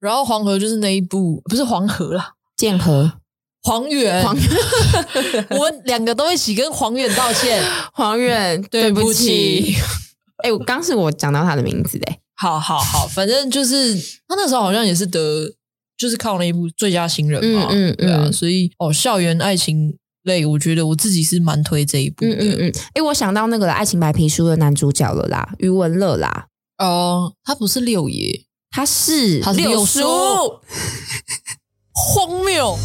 然后黄河就是那一部，不是黄河啦，剑河黄远，黄 我们两个都一起跟黄远道歉，黄远，嗯对不起。。哎、我刚是我讲到他的名字哎、好好好，反正就是他那时候好像也是得，就是靠那一部最佳新人嘛，嗯嗯对啊，嗯所以哦，校园爱情类，我觉得我自己是蛮推这一部的。嗯嗯嗯，哎、我想到那个了《爱情白皮书》的男主角了啦，余文乐啦，哦，他不是六爷，他是他是六叔 叔荒谬。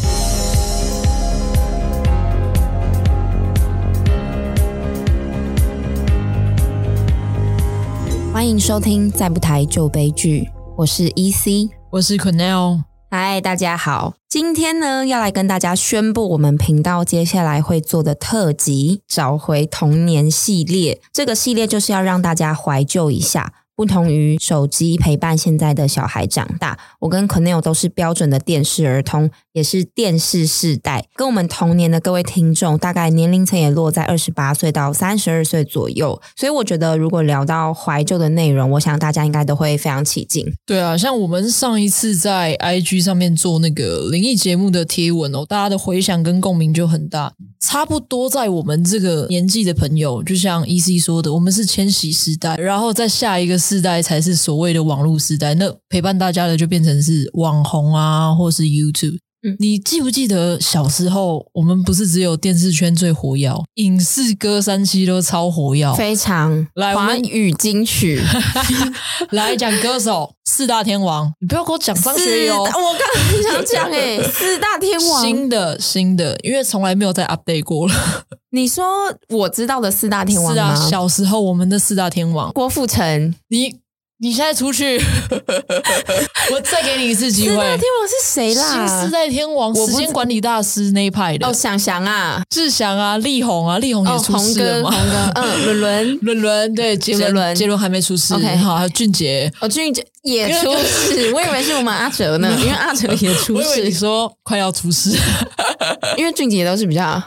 欢迎收听《再不抬就悲剧》，我是 E C。我是 Cornell，嗨，大家好，今天呢要来跟大家宣布我们频道接下来会做的特辑——找回童年系列。这个系列就是要让大家怀旧一下。不同于手机陪伴现在的小孩长大，我跟 Cornell 都是标准的电视儿童，也是电视世代。跟我们同年的各位听众，大概年龄层也落在二十八岁到三十二岁左右。所以我觉得，如果聊到怀旧的内容，我想大家应该都会非常起劲。对啊，像我们上一次在 IG 上面做那个灵异节目的贴文哦，大家的回响跟共鸣就很大。差不多在我们这个年纪的朋友，就像 EC 说的，我们是千禧世代，然后在下一个世代才是所谓的网络世代。那陪伴大家的就变成是网红啊，或是 YouTube。嗯你记不记得小时候，我们不是只有电视圈最活跃，影视歌三期都超活跃，非常哦来我华们语金 曲，来讲歌手四大天王，你不要给我讲张学友四。大我刚刚想讲哎、 四大天王，新的新的，因为从来没有再 update 过了。你说我知道的四大天王是吗？啊，小时候我们的四大天王，郭富城，你你现在出去， 我再给你一次机四大会天。王是谁新啦四？代天王、我时不间管理大师那一派的哦，，翔翔啊，志祥啊、力宏啊，力宏也哦，出红事哥，了红嘛？哥，嗯，伦伦，伦伦对杰杰伦，伦杰伦还没出事。 OK 好，还有俊杰，哦，俊杰也出事，我以为是我们阿 哲呢，因为阿哲也出我以为你事，说快要出 事，因为俊杰都是比较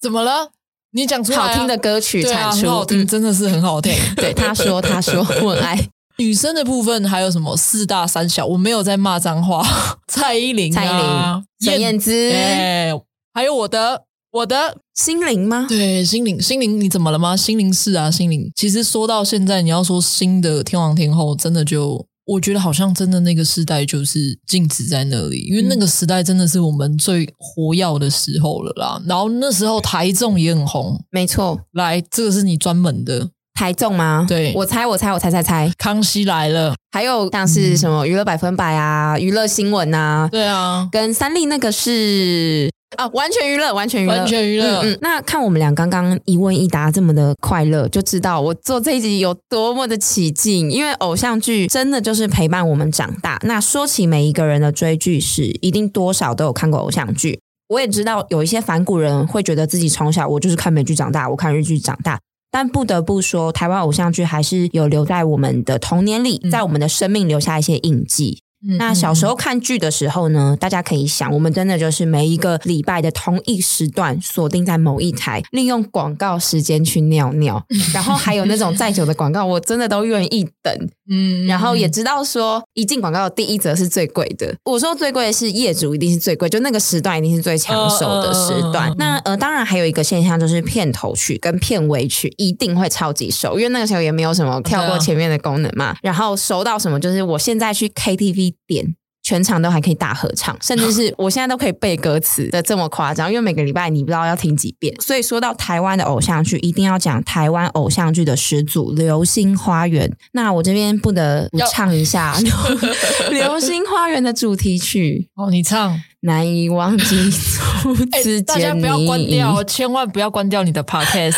怎么了？你讲出来啊好听的歌曲对啊，产很出，好听，嗯真的是很好听。对，他说，他说，我 很爱女生的部分还有什么四大三小？我没有在骂脏话， 蔡依林、蔡依啊、林、陈燕姿、哎、还有我的我的心灵吗？对心灵心灵，你怎么了吗？心灵是啊，心灵。其实说到现在，你要说新的天王天后，真的就我觉得好像真的那个时代就是静止在那里，因为那个时代真的是我们最活跃的时候了啦。然后那时候台中也很红，没错，来，这个是你专门的《台中吗？对我猜，我猜，我猜猜猜，康熙来了》。还有像是什么娱乐百分百啊、娱乐新闻啊，对啊，跟三立那个是啊，完全娱乐，完全娱乐，完全娱乐嗯嗯，那看我们俩刚刚一问一答这么的快乐，就知道我做这一集有多么的起劲。因为偶像剧真的就是陪伴我们长大。那说起每一个人的追剧史，一定多少都有看过偶像剧。我也知道有一些反骨人会觉得自己从小我就是看美剧长大，我看日剧长大。但不得不说，台湾偶像剧还是有留在我们的童年里嗯，在我们的生命留下一些印记。嗯那小时候看剧的时候呢，大家可以想，我们真的就是每一个礼拜的同一时段锁定在某一台，利用广告时间去尿尿，嗯然后还有那种再久的广告，我真的都愿意等。嗯然后也知道说，一进广告的第一则是最贵的。我说最贵的是业主一定是最贵，就那个时段一定是最抢手的时段。嗯嗯嗯嗯嗯那呃，当然还有一个现象就是片头曲跟片尾曲一定会超级熟，因为那个时候也没有什么跳对啊过前面的功能嘛。然后熟到什么，就是我现在去 KTV 点。全场都还可以大合唱，甚 至是我现在都可以背歌词的这么夸张，因为每个礼拜你不知道要听几遍。所以说到台湾的偶像剧，一定要讲台湾偶像剧的始祖《流星花园》。那我这边不得不要唱 一下《流星花园》的主题曲，哦，你唱，难以忘记 初哎、次大家不见你。要关掉，哦千万不要关掉你的 podcast。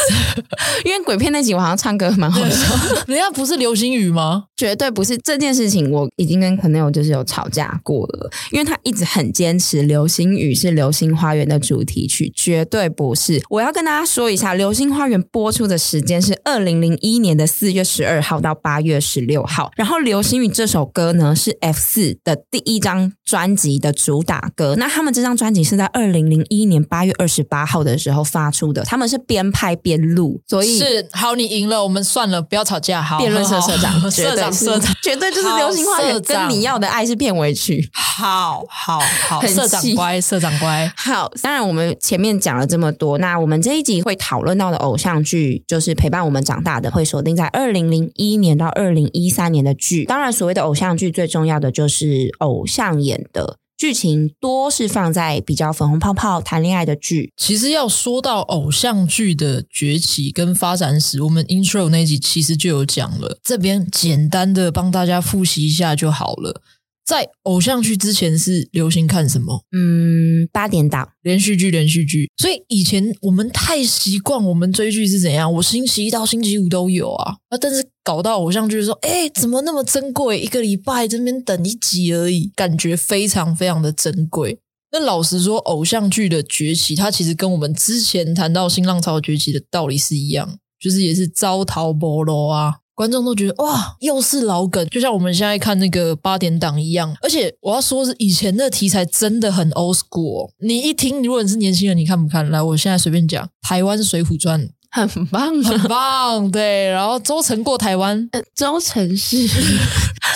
因为鬼片那集我好像唱歌蛮好笑， 人家不是流星雨吗？ 绝对不是这件事情，我已经跟 c o n e l 就是有吵架过了，因为他一直很坚持《流星雨》是《流星花园》的主题曲，绝对不是。我要跟大家说一下，《流星花园》播出的时间是二零零一年的四月十二号到八月十六号，然后《流星雨》这首歌呢是 F 四的第一张专辑的主打歌。那他们这张专辑是在二零零一年八月二十八号的时候发出的，他们是边拍边录，所以是好，你赢了，我们算了，不要吵架。好，辩论社好社长好绝社对长，是社长， 绝对就是流行花好园社长跟你要的爱是片尾曲。好好好，很社长气乖，社长乖。好，当然我们前面讲了这么多，那我们这一集会讨论到的偶像剧，就是陪伴我们长大的，会锁定在二零零一年到二零一三年的剧。当然，所谓的偶像剧，最重要的就是偶像演的。剧情多是放在比较粉红泡泡谈恋爱的剧，其实要说到偶像剧的崛起跟发展史，我们 intro 那集其实就有讲了，这边简单的帮大家复习一下就好了。在偶像剧之前是流行看什么？嗯，八点档，连续剧，连续剧。所以以前我们太习惯我们追剧是怎样，我星期一到星期五都有啊。啊，但是搞到偶像剧的时候，哎，怎么那么珍贵？一个礼拜这边等一集而已，感觉非常非常的珍贵。那老实说，偶像剧的崛起，它其实跟我们之前谈到新浪潮崛起的道理是一样，就是也是招桃薄楼啊。观众都觉得哇，又是老梗，就像我们现在看那个八点档一样。而且我要说，是以前的题材真的很 old school 哦、你一听，如果你是年轻人，你看不看？来，我现在随便讲，《台湾水浒传》很棒 啊！很棒，对。然后周成过台湾，周成是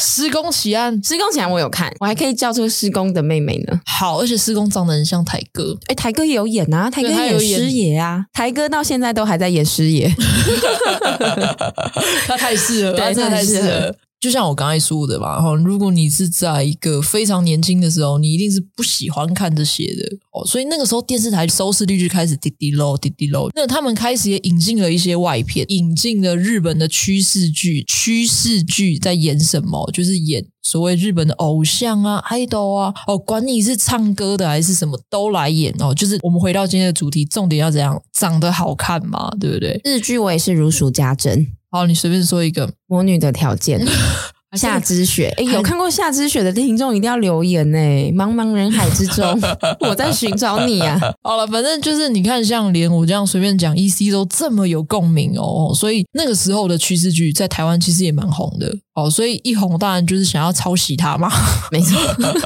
施工奇案 施工起来，我有看，我还可以叫出施工的妹妹呢。好，而且施工长得很像台哥。哎，台哥也有演啊，台哥对他演有演师爷啊，台哥到现在都还在演师爷。他太适合，对他真的他很太适适合合。就像我刚才说的嘛，哈，如果你是在一个非常年轻的时候，你一定是不喜欢看这些的哦，所以那个时候电视台收视率就开始滴滴漏，滴滴漏。那他们开始也引进了一些外片，引进了日本的趋势剧，趋势剧在演什么？就是演所谓日本的偶像啊、idol 啊，哦，管你是唱歌的还是什么，都来演哦。就是我们回到今天的主题，重点要怎样？长得好看嘛，对不对？ 日剧我也是如数家珍，《好，你随便说一个。魔女的条 件》夏之雪。哎，有看过夏之雪的听众一定要留言呢、茫茫人海之 中，我在寻找你啊！好了，反正就是你看，像连我这样随便讲，E C 都这么有共鸣哦，所以那个时候的趋势剧在台湾其实也蛮红的哦，所以一红当然就是想要抄袭它嘛， 没错，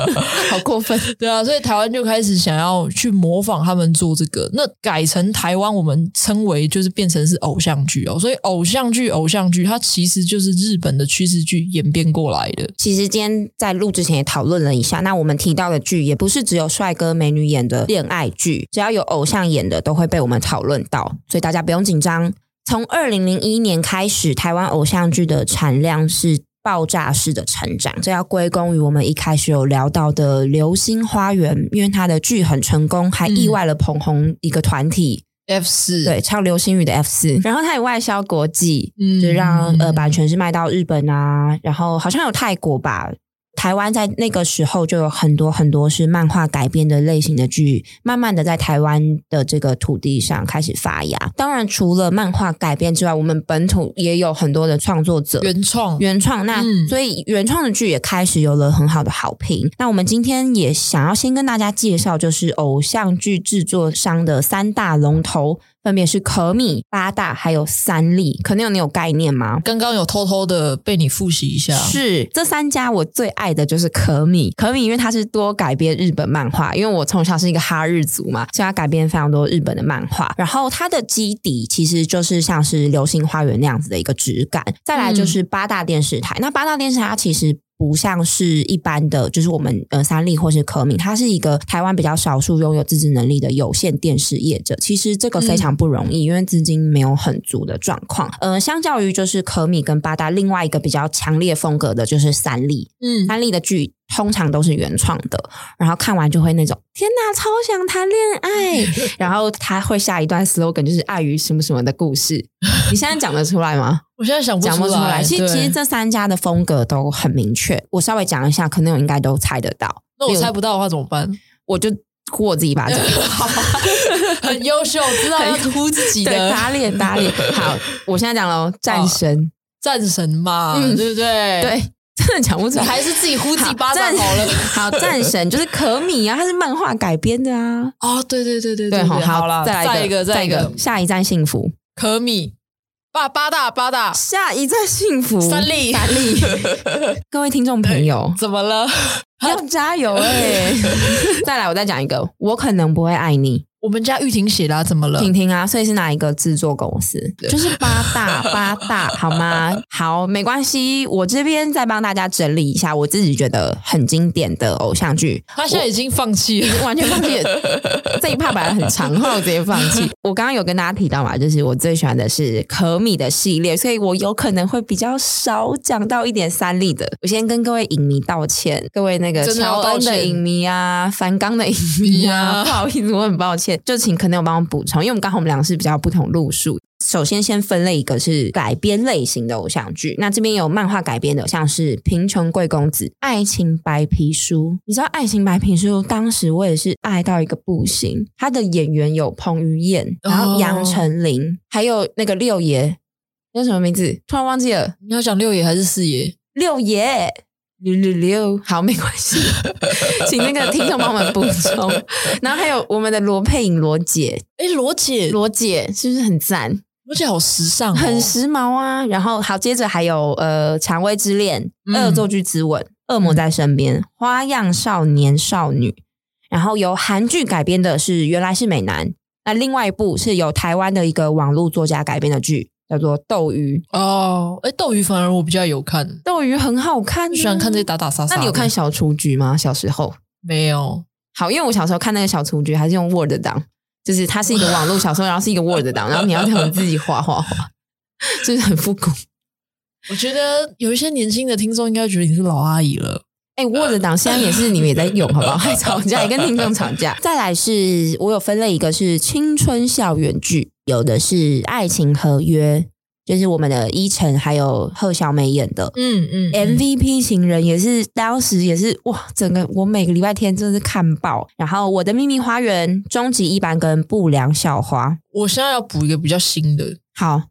好过分。对啊，所以台湾就开始想要去模仿他们做这个，那改成台湾我们称为就是变成是偶像剧哦，所以偶像剧偶像剧它其实就是日本的趋势剧演变过来的，其实今天在录之前也讨论了一下，那我们提到的剧也不是只有帅哥美女演的恋爱剧，只要有偶像演的都会被我们讨论到，所以大家不用紧张。从二零零一年开始，台湾偶像剧的产量是爆炸式的成长，这要归功于我们一开始有聊到的《流星花园》，因为它的剧很成功，还意外了捧红一个团体， F 四对，唱流星雨的 F 四，然后它也外销国际，嗯就让呃版权是卖到日本啊，然后好像有泰国吧。台湾在那个时候就有很多很多是漫画改编的类型的剧，慢慢的在台湾的这个土地上开始发芽。当然，除了漫画改编之外，我们本土也有很多的创作者。原创原创，那、嗯所以原创的剧也开始有了很好的好评。那我们今天也想要先跟大家介绍，就是偶像剧制作商的三大龙头，分别是可米、八大还有三立。可能有你有概念吗？刚刚有偷偷的被你复习一下，是这三家我最爱的就是可米，可米因为它是多改编日本漫画，因为我从小是一个哈日族嘛，所以它改编非常多日本的漫画。然后它的基底其实就是像是《流星花园》那样子的一个质感。再来就是八大电视台，那八大电视台它其实。不像是一般的，就是我们呃三立或是可米，它是一个台湾比较少数拥有自治能力的有线电视业者。其实这个非常不容易，因为资金没有很足的状况。呃，相较于就是可米跟八大，另外一个比较强烈风格的就是三立，嗯，三立的剧通常都是原创的，然后看完就会那种天哪，超想谈恋爱。然后他会下一段 slogan 就是爱与什么什么的故事。你现在讲得出来吗？我现在想不讲不出来。其实对其实这三家的风格都很明确，我稍微讲一下，可能我应该都猜得到。那我猜不到的话怎么办？ 我就呼我自己巴掌。很优秀，知道要突自己对，的打脸打脸。好，我现在讲喽，战哦神，战神嘛，嗯对不对？，对，真的讲不出你来，还是自己呼自己巴掌战好了。 好，战神就是可米啊，它是漫画改编的啊。 哦，对对对对对，好，好好啦，再来一个，再再一个，下一站幸福，可米，八八大八大，下一站幸福，三立三立。各位听众朋友， 怎么了？要 加油哎、再来，我再讲一个，我可能不会爱你，我们家玉婷写的、啊、怎么了？婷婷啊，所以是哪一个制作公司？就是八大，八大好吗？好，没关系，我这边再帮大家整理一下，我自己觉得很经典的偶像剧，他现在已经放弃了。完全放弃了这一趴本来很长，后来我直接放弃。我刚刚有跟大家提到嘛，就是我最喜欢的是可米的系列，所以我有可能会比较少讲到一点三立的。我先跟各位影迷道歉，各位那个真的要乔道恩的歉影迷啊，梵刚的影迷啊，呀 不好意思，我很抱歉。就请可能有帮我补充，因为我们刚好我们两个是比较不同路数。首先，先分类一个是改编类型的偶像剧，那这边有漫画改编的，像是《贫穷贵公子》《爱情白皮书》。你知道《爱情白皮书》当时我也是爱到一个不行，他的演员有彭于晏，然后哦杨丞琳，还有那个六爷，叫什么名字？突然忘记了。你要讲六爷还是四爷？六爷。六六六，好，没关系，请那个听众帮我们补充。然后还有我们的罗佩颖罗姐，哎，罗姐，罗姐是不是很赞？罗姐好时尚、哦，很时髦啊。然后好，接着还有呃，《蔷薇之恋》嗯《恶作剧之吻》《恶魔在身边》《花样少年少女》，然后由韩剧改编的是《原来是美男》，那另外一部是由台湾的一个网络作家改编的剧，叫做《斗鱼》。哦。哎，斗鱼反而我比较有看，斗鱼很好看、啊，喜欢看这些打打杀杀。？那你有看《小雏菊》吗？小时候，没有？好，因为我小时候看那个《小雏菊》还是用 Word 档，就是它是一个网络小说，然后是一个 Word 档，然后你要这样自己画画画， 就是很复古。我觉得有一些年轻的听众应该觉得你是老阿姨了。哎、w o r d 档现在也是你们也在用，好不好？还吵架，也跟听众吵架。再来是我有分类，一个是青春校园剧，有的是《爱情合约》，就是我们的依晨还有贺小美演的，嗯嗯 MVP 情人也是当时也是哇，整个我每个礼拜天真的是看爆。然后我的秘密花园、终极一班跟不良校花，我现在要补一个比较新的《好，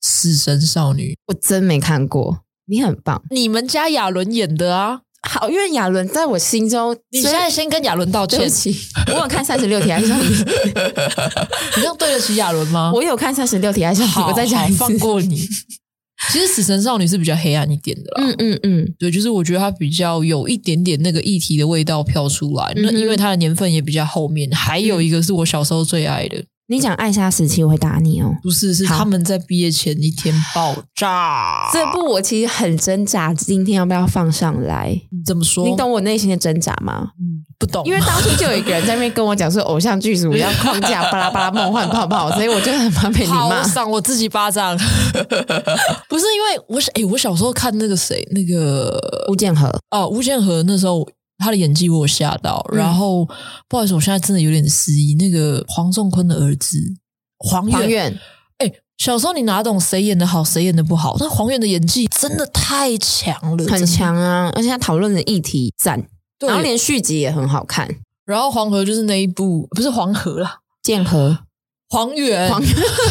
死神少女我真没看过。你很棒，》，你们家亚伦演的啊。好，因为亚伦在我心中，你虽现然在先跟亚伦道对歉不，起，我有看三十六题爱上你，你这样对得起亚伦吗？我有看三十六题爱上你，好，我再讲好一次，放过你。 其实《死神少女》是比较黑暗一点的啦，嗯嗯嗯，对，就是我觉得它比较有一点点那个议题的味道飘出来。那嗯哼因为它的年份也比较后面，还有一个是我小时候最爱的，你讲爱莎时期我会打你哦。不是是好他们在毕业前一天爆炸。这部我其实很挣扎，今天要不要放上来？嗯怎么说？你懂我内心的挣扎吗？嗯？不懂？因为当初就有一个人在那边跟我讲说偶像剧组要框架巴拉巴拉梦幻泡 泡，所以我就很怕被你好，我骂。赏我自己巴掌。 不是因为我小，哎、我小时候看那个谁，那个吴建和，哦，吴建和那时候他的演技我有吓到，嗯然后不好意思，我现在真的有点失忆。那个黄仲坤的儿子黄黄远，远，哎、小时候你哪懂谁演的好，谁演的不好？但黄远的演技真的太强了，很真的。强啊，而且他讨论的议题赞，对然后连续集也很好看。然后黄河就是那一部，不是黄河啦，建和，黄远，黄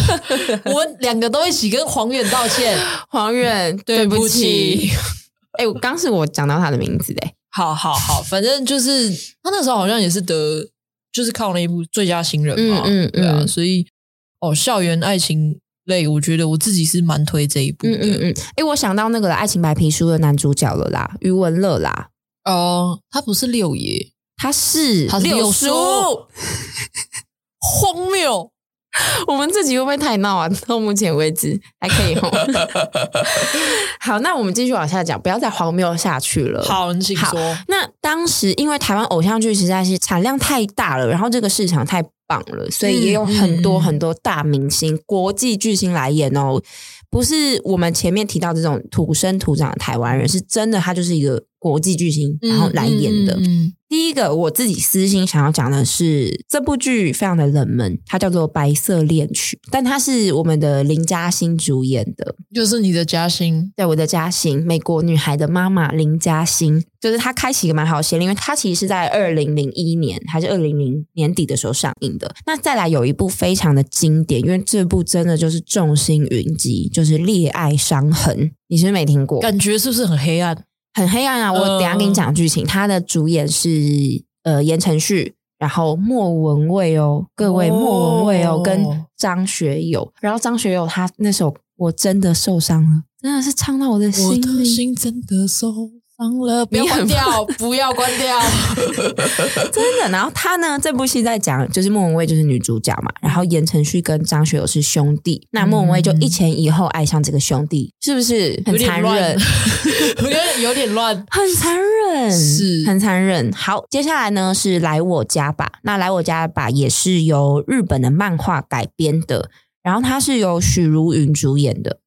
我两个都一起跟黄远道歉， 黄远，对不不起。。 哎、我刚是我讲到他的名字的、欸好好好，反正就是他那时候好像也是得，就是靠那一部《最佳新人》嘛，嗯嗯对啊，嗯所以哦，校园爱情类，我觉得我自己是蛮推这一部嗯的。嗯嗯。哎、我想到那个了《爱情白皮书》的男主角了啦，余文乐啦，哦，他不是六爷，他是他是六六叔荒谬。 我们自己会不会太闹啊？ 到目前为止还可以 吼。好，那我们继续往下讲，不要再荒谬下去了。。好，你请呃好说。那当时因为台湾偶像剧实在是产量太大了，然后这个市场太棒了，所以也有很嗯多嗯嗯很多大明星、国际巨星来演哦。不是我们前面提到这种土生土长的台湾人，是真的，他就是一个国际巨星，然后来演的。嗯嗯嗯第一个我自己私心想要讲的是，这部剧非常的冷门，它叫做《白色恋曲》，但它是我们的林嘉欣主演的。就是你的嘉欣，对，我的嘉欣，美国女孩的妈妈林嘉欣，就是她开启一个蛮好的先例，因为她其实是在二零零一年还是二零零年底的时候上映的。那再来有一部非常的经典，因为这部真的就是众星云集，就是《恋爱伤痕》，你是不是没听过？感觉是不是很黑暗？很黑暗啊！我等一下嗯给你讲剧情。他的主演是呃言承旭，然后莫文蔚哦，各位哦莫文蔚哦，跟张学友。然后张学友他那首《我真的受伤了》，真的是唱到我的心我的里。心真的受脏了，不要关掉，不要关掉。真的。然后他呢，这部戏在讲就是莫文蔚就是女主角嘛，然后言承旭跟张学友是兄弟，嗯那莫文蔚就一前一后爱上这个兄弟，是不是很有点残乱 忍？，有点有点乱。 很残忍，是很残忍。好，接下来呢是《来我家吧》，那《来我家吧》也是由日本的漫画改编的，然后它是由许茹芸主演的，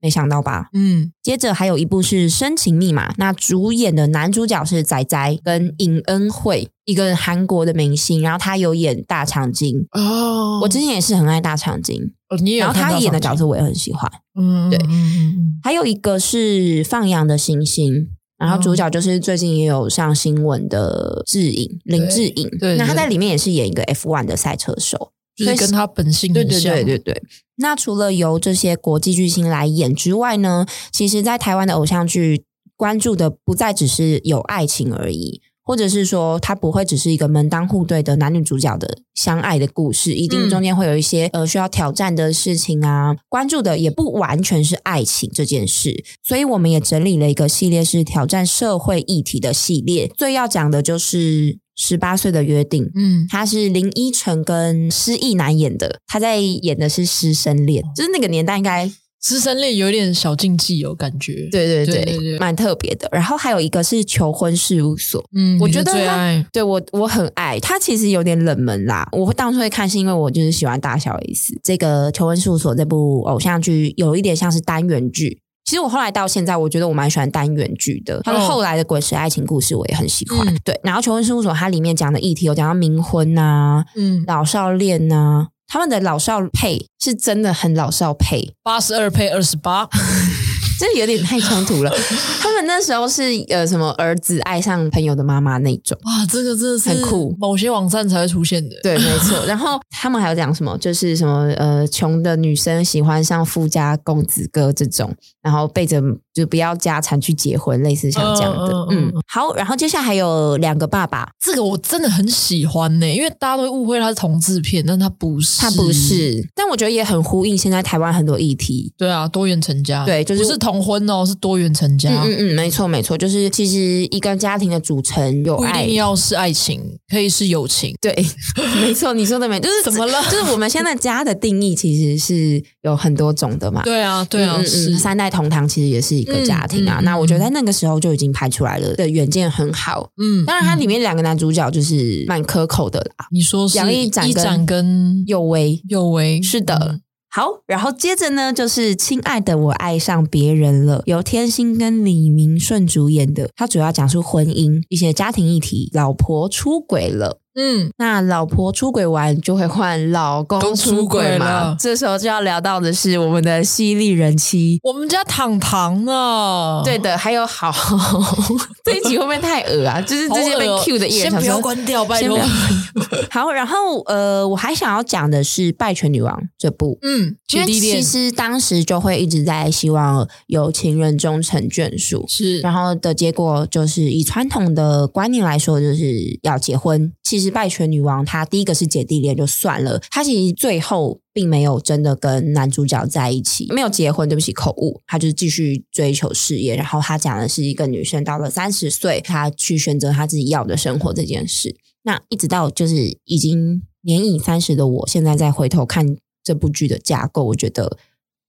没想到吧？嗯，接着还有一部是《深情密码》，那主演的男主角是仔仔跟尹恩惠，一个韩国的明星，然后他有演大长今。哦我之前也是很爱大长今，哦你也有然后看他到演的长角镜，色我也很喜欢。嗯，对嗯嗯嗯嗯还有一个是放羊的星星，哦然后主角就是最近也有上新闻的智颖林智颖，对那他对在里面也是演一个 F1 的赛车手，嗯就是跟他本性对很对像。对对对。那除了由这些国际巨星来演之外呢，其实，在台湾的偶像剧关注的不再只是有爱情而已，或者是说，它不会只是一个门当户对的男女主角的相爱的故事，一嗯定中间会有一些、呃需要挑战的事情啊。关注的也不完全是爱情这件事，所以我们也整理了一个系列是挑战社会议题的系列，最要讲的就是十八岁的约定。嗯，他是林依晨跟施意男演的，他在演的是师生恋，就是那个年代应该师生恋有点小禁忌哦，感觉。，对对对对对对蛮特别的。然后还有一个是求婚事务所。嗯，我你觉的得最他爱对我我很爱他，其实有点冷门啦。我会当初会看是因为我就是喜欢大小 S 这个《求婚事务所》这部偶像剧，有一点像是单元剧。其实我后来到现在，我觉得我蛮喜欢单元剧的。他的哦后来的《滚石爱情故事》我也很喜欢。嗯对，然后《求婚事务所》它里面讲的议题有讲到冥婚啊呐、嗯老少恋呐、他们的老少配是真的很老少 配，八十二配二十八，这有点太冲突 了。他们那时候是呃什么儿子爱上朋友的妈妈那种，哇，这个真的是很酷某些网站才会出现的。对，没 错。然后他们还有讲什么，就是什么呃穷的女生喜欢上富家公子哥这种，然后背着就不要家产去结婚，类似像这样的。嗯嗯嗯，好。然后接下来还有两个爸爸，这个我真的很喜欢呢、因为大家都会误会它是同志片，但它不是，他不。是，但我觉得也很呼应现在台湾很多议题，对啊，多元成家，对就是不是同婚哦，是多元成家，嗯嗯嗯，没错没错，就是其实一个家庭的组成有不一爱定。要是嗯爱情，可以是友情。 对， 没错，你说的没，就是怎么了 就是我们现在家的定义其实是有很多种的嘛。对啊，对啊，嗯嗯是嗯，三代同堂其实也是一个家庭啊。嗯嗯嗯那我觉得在那个时候就已经拍出来了，的远见很好。嗯当然，它里面两个男主角就是蛮可口的啦，你说是杨一展一跟展跟有为有为是的。嗯好，然后接着呢，就是《亲爱的，我爱上别人了》，由天心跟李明顺主演的。它主要讲述婚姻、一些家庭议题，老婆出轨了。嗯，那老婆出轨完就会换老公公出出轨轨嘛了？这时候就要聊到的是我们的犀利人妻。我们家啊糖糖呢？对，的，还有好， 这一集会不会太恶 啊？就是这些被 Q 的艺人，哦先不想要说关掉，拜先不托要。 好，然后呃，我还想要讲的是《拜权女王》这部，嗯，因姐为弟其恋实当时就会一直在希望有情人终成眷属，是然后的结果就是以传统的观念来说，就是要结婚。其实拜权女王她第一个是姐弟恋就算了，她其实最后并没有真的跟男主角在一起，没有结婚，对不起口误，她就是继续追求事业。然后她讲的是一个女生到了三十岁，她去选择她自己要的生活这件事。那一直到就是已经年已三十的我，现在再回头看这部剧的架构，我觉得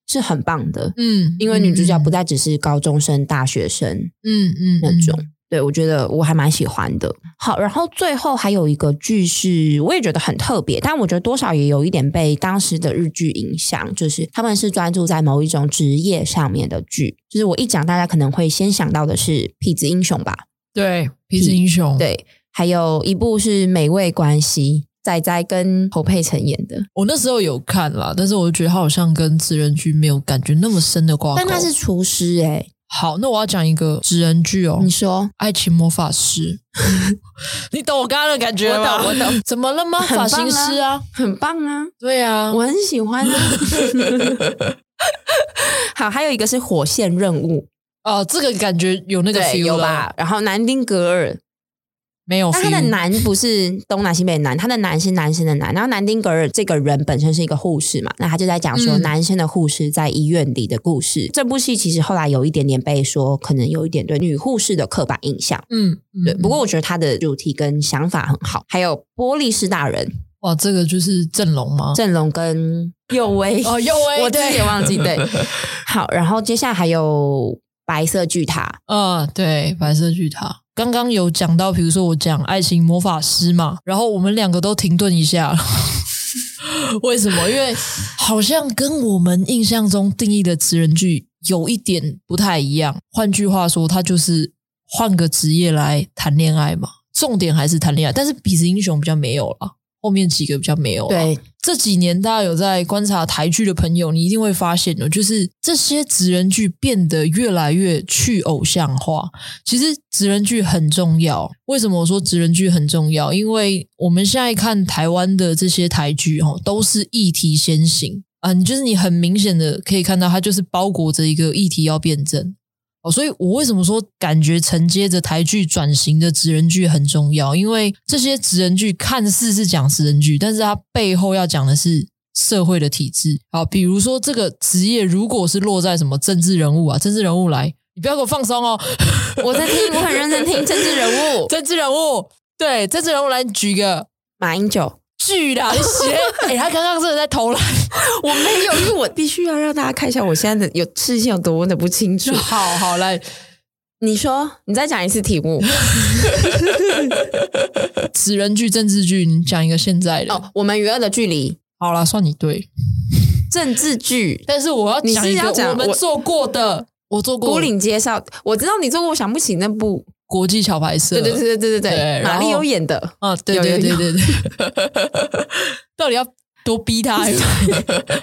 是很棒的。嗯，因为女主角不大，再只是高中生、大学生嗯嗯那种，对我觉得我还蛮喜欢的。好，然后最后还有一个剧是，我也觉得很特别，但我觉得多少也有一点被当时的日剧影响，就是他们是专注在某一种职业上面的剧。就是我一讲，大家可能会先想到的是《痞子英雄》吧？对，痞子英雄，，嗯对，还有一部是《美味关系》，仔仔跟侯佩岑演的，我那时候有看啦，但是我就觉得他好像跟职人剧没有感觉那么深的挂钩。但他是厨师哎、好，那我要讲一个职人剧哦，你说爱情魔法师》，你懂我刚刚的感觉吗？我懂我懂，怎么了吗？很棒啊发型师啊，很棒啊，对啊，我很喜欢、啊。 好，还有一个是火线任务，哦、这个感觉有那个对， feel 有了吧？然后南丁格尔，没有 feel。那他的男不是东南西北的南，他的男是男生的男。然后南丁格尔这个人本身是一个护士嘛，那他就在讲说嗯男生的护士在医院里的故事。这部戏其实后来有一点点被说，可能有一点对女护士的刻板印象。嗯，嗯对，不过我觉得他的主题跟想法很好。还有玻璃士大人哇，这个就是阵容吗？郑龙跟佑威，哦，又威， 我自己对也，忘 记对。好，然后接下来还有白色巨塔，啊，对，白色巨塔。刚刚有讲到，比如说我讲爱情魔法师嘛，然后我们两个都停顿一下， 为什么？因为好像跟我们印象中定义的职人剧有一点不太一样。换句话说，它就是换个职业来谈恋爱嘛，重点还是谈恋爱。但是痞子英雄比较没有了，后面几个比较没有。，对，这几年大家有在观察台剧的朋友，你一定会发现的，哦就是这些职人剧变得越来越去偶像化。其实职人剧很重要，为什么我说职人剧很重要？因为我们现在看台湾的这些台剧，哦，都是议题先行啊，你就是你很明显的可以看到，它就是包裹着一个议题要辩证。哦，所以我为什么说感觉承接着台剧转型的职人剧很重要？因为这些职人剧看似是讲职人剧，但是它背后要讲的是社会的体制。好，比如说这个职业如果是落在什么政治人物啊，政治人物来，你不要给我放松哦，我在听，我很认真听政治人物政治人物，对，政治人物来你举个马英九。剧啦，你写，哎、他刚刚真的在投篮，。我没有，因为我必须要让大家看一下我现在的有视线有多么的不清楚好好来， 你说，你再讲一次题目 职人剧、政治剧，你讲一个现在的， 哦。我们与恶的距离，好啦，算你对。政治剧，但是我要讲一你是要个讲我们我做过的，我做过孤岭街少，我知道你做过，我想不起那部。国际桥牌社，对对对对对对对对，然马后丽有演的。啊，对有对有对有对对， 到底要多逼 他？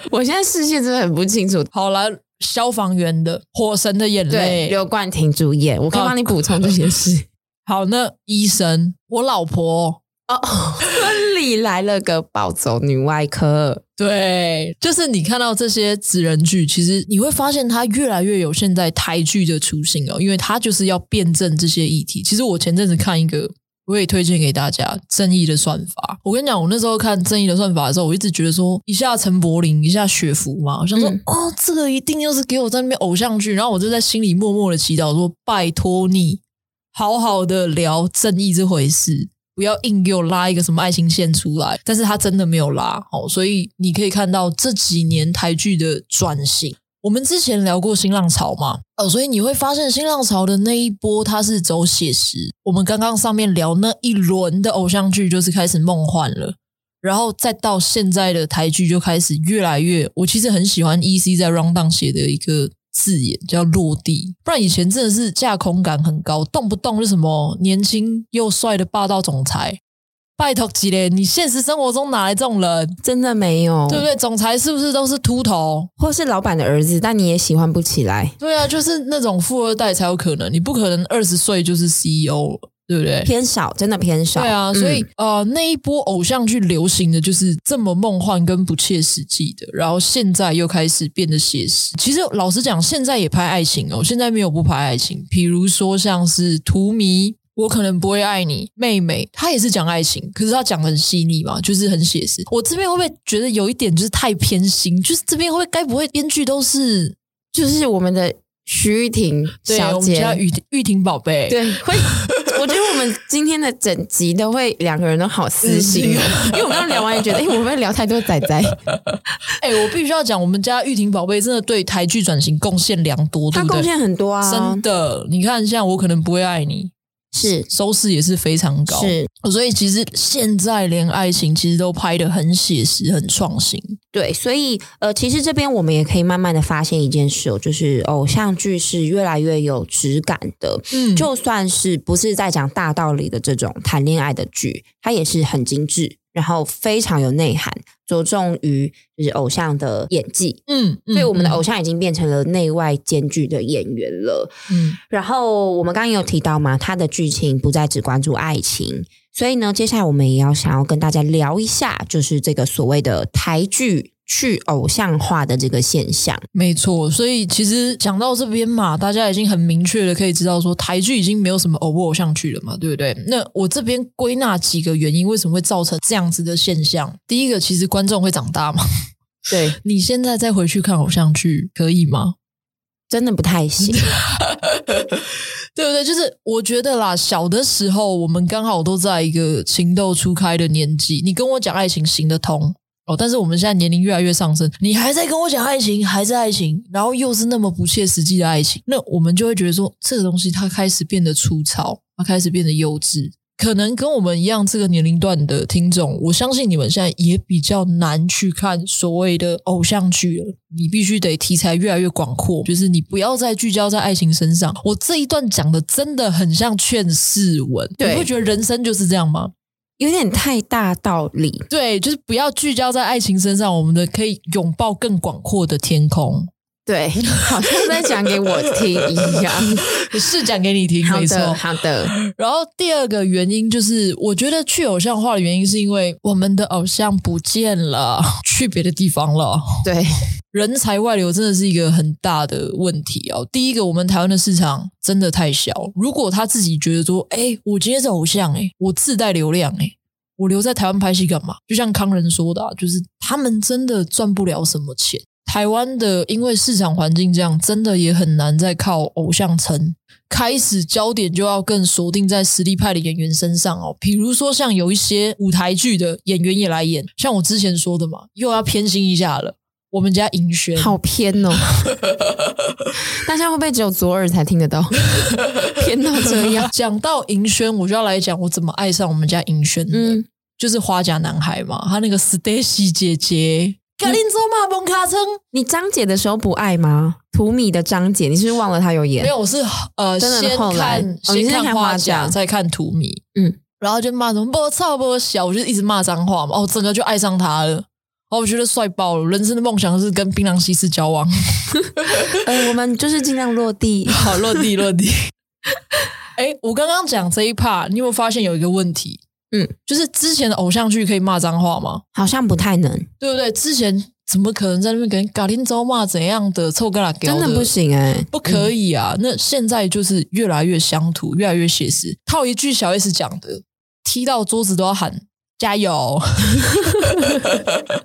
我现在视线真的很不清楚。好啦，消防员的《火神的眼对，泪》，刘冠廷主演，我可以帮你补充这件事。 好，那医生，我老婆，哦，婚礼来了个暴走女外科，对，就是你看到这些职人剧，其实你会发现它越来越有现在台剧的雏形哦，因为它就是要辩证这些议题。其实我前阵子看一个，我也推荐给大家《正义的算法》。我跟你讲，我那时候看《正义的算法》的时候，我一直觉得说，一下陈柏霖，一下雪芙嘛，我想说，嗯哦，这个一定又是给我在那边偶像剧。然后我就在心里默默的祈祷说，拜托你好好的聊正义这回事，不要硬给我拉一个什么爱情线出来。但是他真的没有拉哦，所以你可以看到这几年台剧的转型。我们之前聊过新浪潮嘛，哦，所以你会发现新浪潮的那一波它是走写实。我们刚刚上面聊那一轮的偶像剧，就是开始梦幻了。然后再到现在的台剧就开始越来越，我其实很喜欢 E C 在 Round Down 写的一个字眼叫落地，不然以前真的是架空感很高，动不动就什么年轻又帅的霸道总裁，拜托几嘞，你现实生活中哪来这种人，真的没有，对不对？总裁是不是都是秃头？或是老板的儿子，但你也喜欢不起来。对啊，就是那种富二代才有可能，你不可能二十岁就是 C E O 了，对不对？偏少，真的偏少。对啊，嗯所以、呃，那一波偶像剧流行的就是这么梦幻跟不切实际的，然后现在又开始变得写实。其实老实讲，现在也拍爱情哦，现在没有不拍爱情，比如说像是《荼蘼》。我可能不会爱你，妹妹，她也是讲爱情，可是她讲得很细腻嘛，就是很写实。我这边会不会觉得有一点就是太偏心？就是这边会不会该不会编剧都是就是我们的徐玉婷对小我们姐，家玉玉婷宝贝，对，会。我觉得我们今天的整集都会两个人都好私嗯心哦，因为我刚刚聊完也觉得，哎、我们会不会聊太多仔仔，哎、我必须要讲，我们家玉婷宝贝真的对台剧转型贡献良多，对她不对？贡献很多啊，真的，你看，像我可能不会爱你，是收视也是非常高，是，所以其实现在连爱情其实都拍的很写实、很创新。对，所以呃，其实这边我们也可以慢慢的发现一件事哦，就是偶像剧是越来越有质感的，嗯就算是不是在讲大道理的这种谈恋爱的剧，它也是很精致，然后非常有内涵，着重于就是偶像的演技。嗯，所以我们的偶像，像已经变成了内外兼具的演员了。嗯然后我们刚刚也有提到嘛，它的剧情不再只关注爱情，所以呢，接下来我们也要想要跟大家聊一下，就是这个所谓的台剧去偶像化的这个现象。没错，所以其实讲到这边嘛，大家已经很明确的可以知道说，台剧已经没有什么偶不偶像剧了嘛，对不对？那我这边归纳几个原因，为什么会造成这样子的现象？第一个，其实观众会长大嘛，对，你现在再回去看偶像剧，可以吗？真的不太 行。对不对？就是我觉得啦，小的时候我们刚好都在一个情窦初开的年纪，你跟我讲爱情行得通哦，但是我们现在年龄越来越上升，你还在跟我讲爱情，还是爱情，然后又是那么不切实际的爱情，那我们就会觉得说，这个东西它开始变得粗糙，它开始变得幼稚。可能跟我们一样这个年龄段的听众，我相信你们现在也比较难去看所谓的偶像剧了。你必须得题材越来越广阔，就是你不要再聚焦在爱情身上。我这一段讲的真的很像劝世文，对你会觉得人生就是这样吗？有点太大道理，对，就是不要聚焦在爱情身上，我们的可以拥抱更广阔的天空。对，好像在讲给我听一 样。是讲给你听，好没的，错。好的，然后第二个原因就是，我觉得去偶像化的原因是因为我们的偶像不见了，去别的地方了。对，人才外流真的是一个很大的问题哦。第一个，我们台湾的市场真的太小。如果他自己觉得说，哎、我今天是偶像、哎，我自带流量、哎，我留在台湾拍戏干嘛？就像康仁说的啊、就是他们真的赚不了什么钱。台湾的因为市场环境这样，真的也很难再靠偶像撑。开始焦点就要更锁定在实力派的演员身上哦，比如说像有一些舞台剧的演员也来演，像我之前说的嘛，又要偏心一下了。我们家银轩， 好偏哦。 大家会不会只有左耳才听得 到？偏到这样，讲到银轩，我就要来讲我怎么爱上我们家银轩的，嗯，就是花甲男孩嘛，他那个 Stacy 姐姐，嗯卡林卓玛蒙卡称，你张姐的时候不爱吗？图米的张姐，你是不是忘了她有演没？有，我是呃真的先后来看、哦你先是看看花花甲甲，再看图迷，嗯，然后就骂什么不操不小，我就一直骂脏话嘛，哦，整个就爱上他了。哦，我觉得帅爆了！人生的梦想是跟槟榔西施交 往。呃，我们就是尽量落地。好，落地落 地。哎、我刚刚讲这一 part，你有没有发现有一个问题？嗯，就是之前的偶像剧可以骂脏话吗？好像不 太能，对不对？之前怎么可能在那边跟嘎林州骂怎样的臭干拉给真的不，行哎、欸，不可以啊！那现在就是越来越乡土，越来越写实。套一句小 S 讲的，踢到桌子都要喊加 油，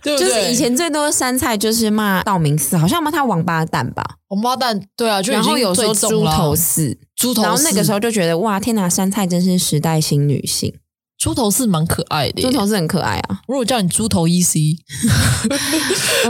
对不对？就是以前最多的山菜就是骂道明寺，好像骂他王八蛋吧，王八蛋，对啊，就已然后经有时候最重猪了头寺，猪头，然后那个时候就觉得哇，天哪，山菜真是时代新女性，猪头是蛮可爱的耶。猪头寺很可爱 啊。如果叫你猪头 E C，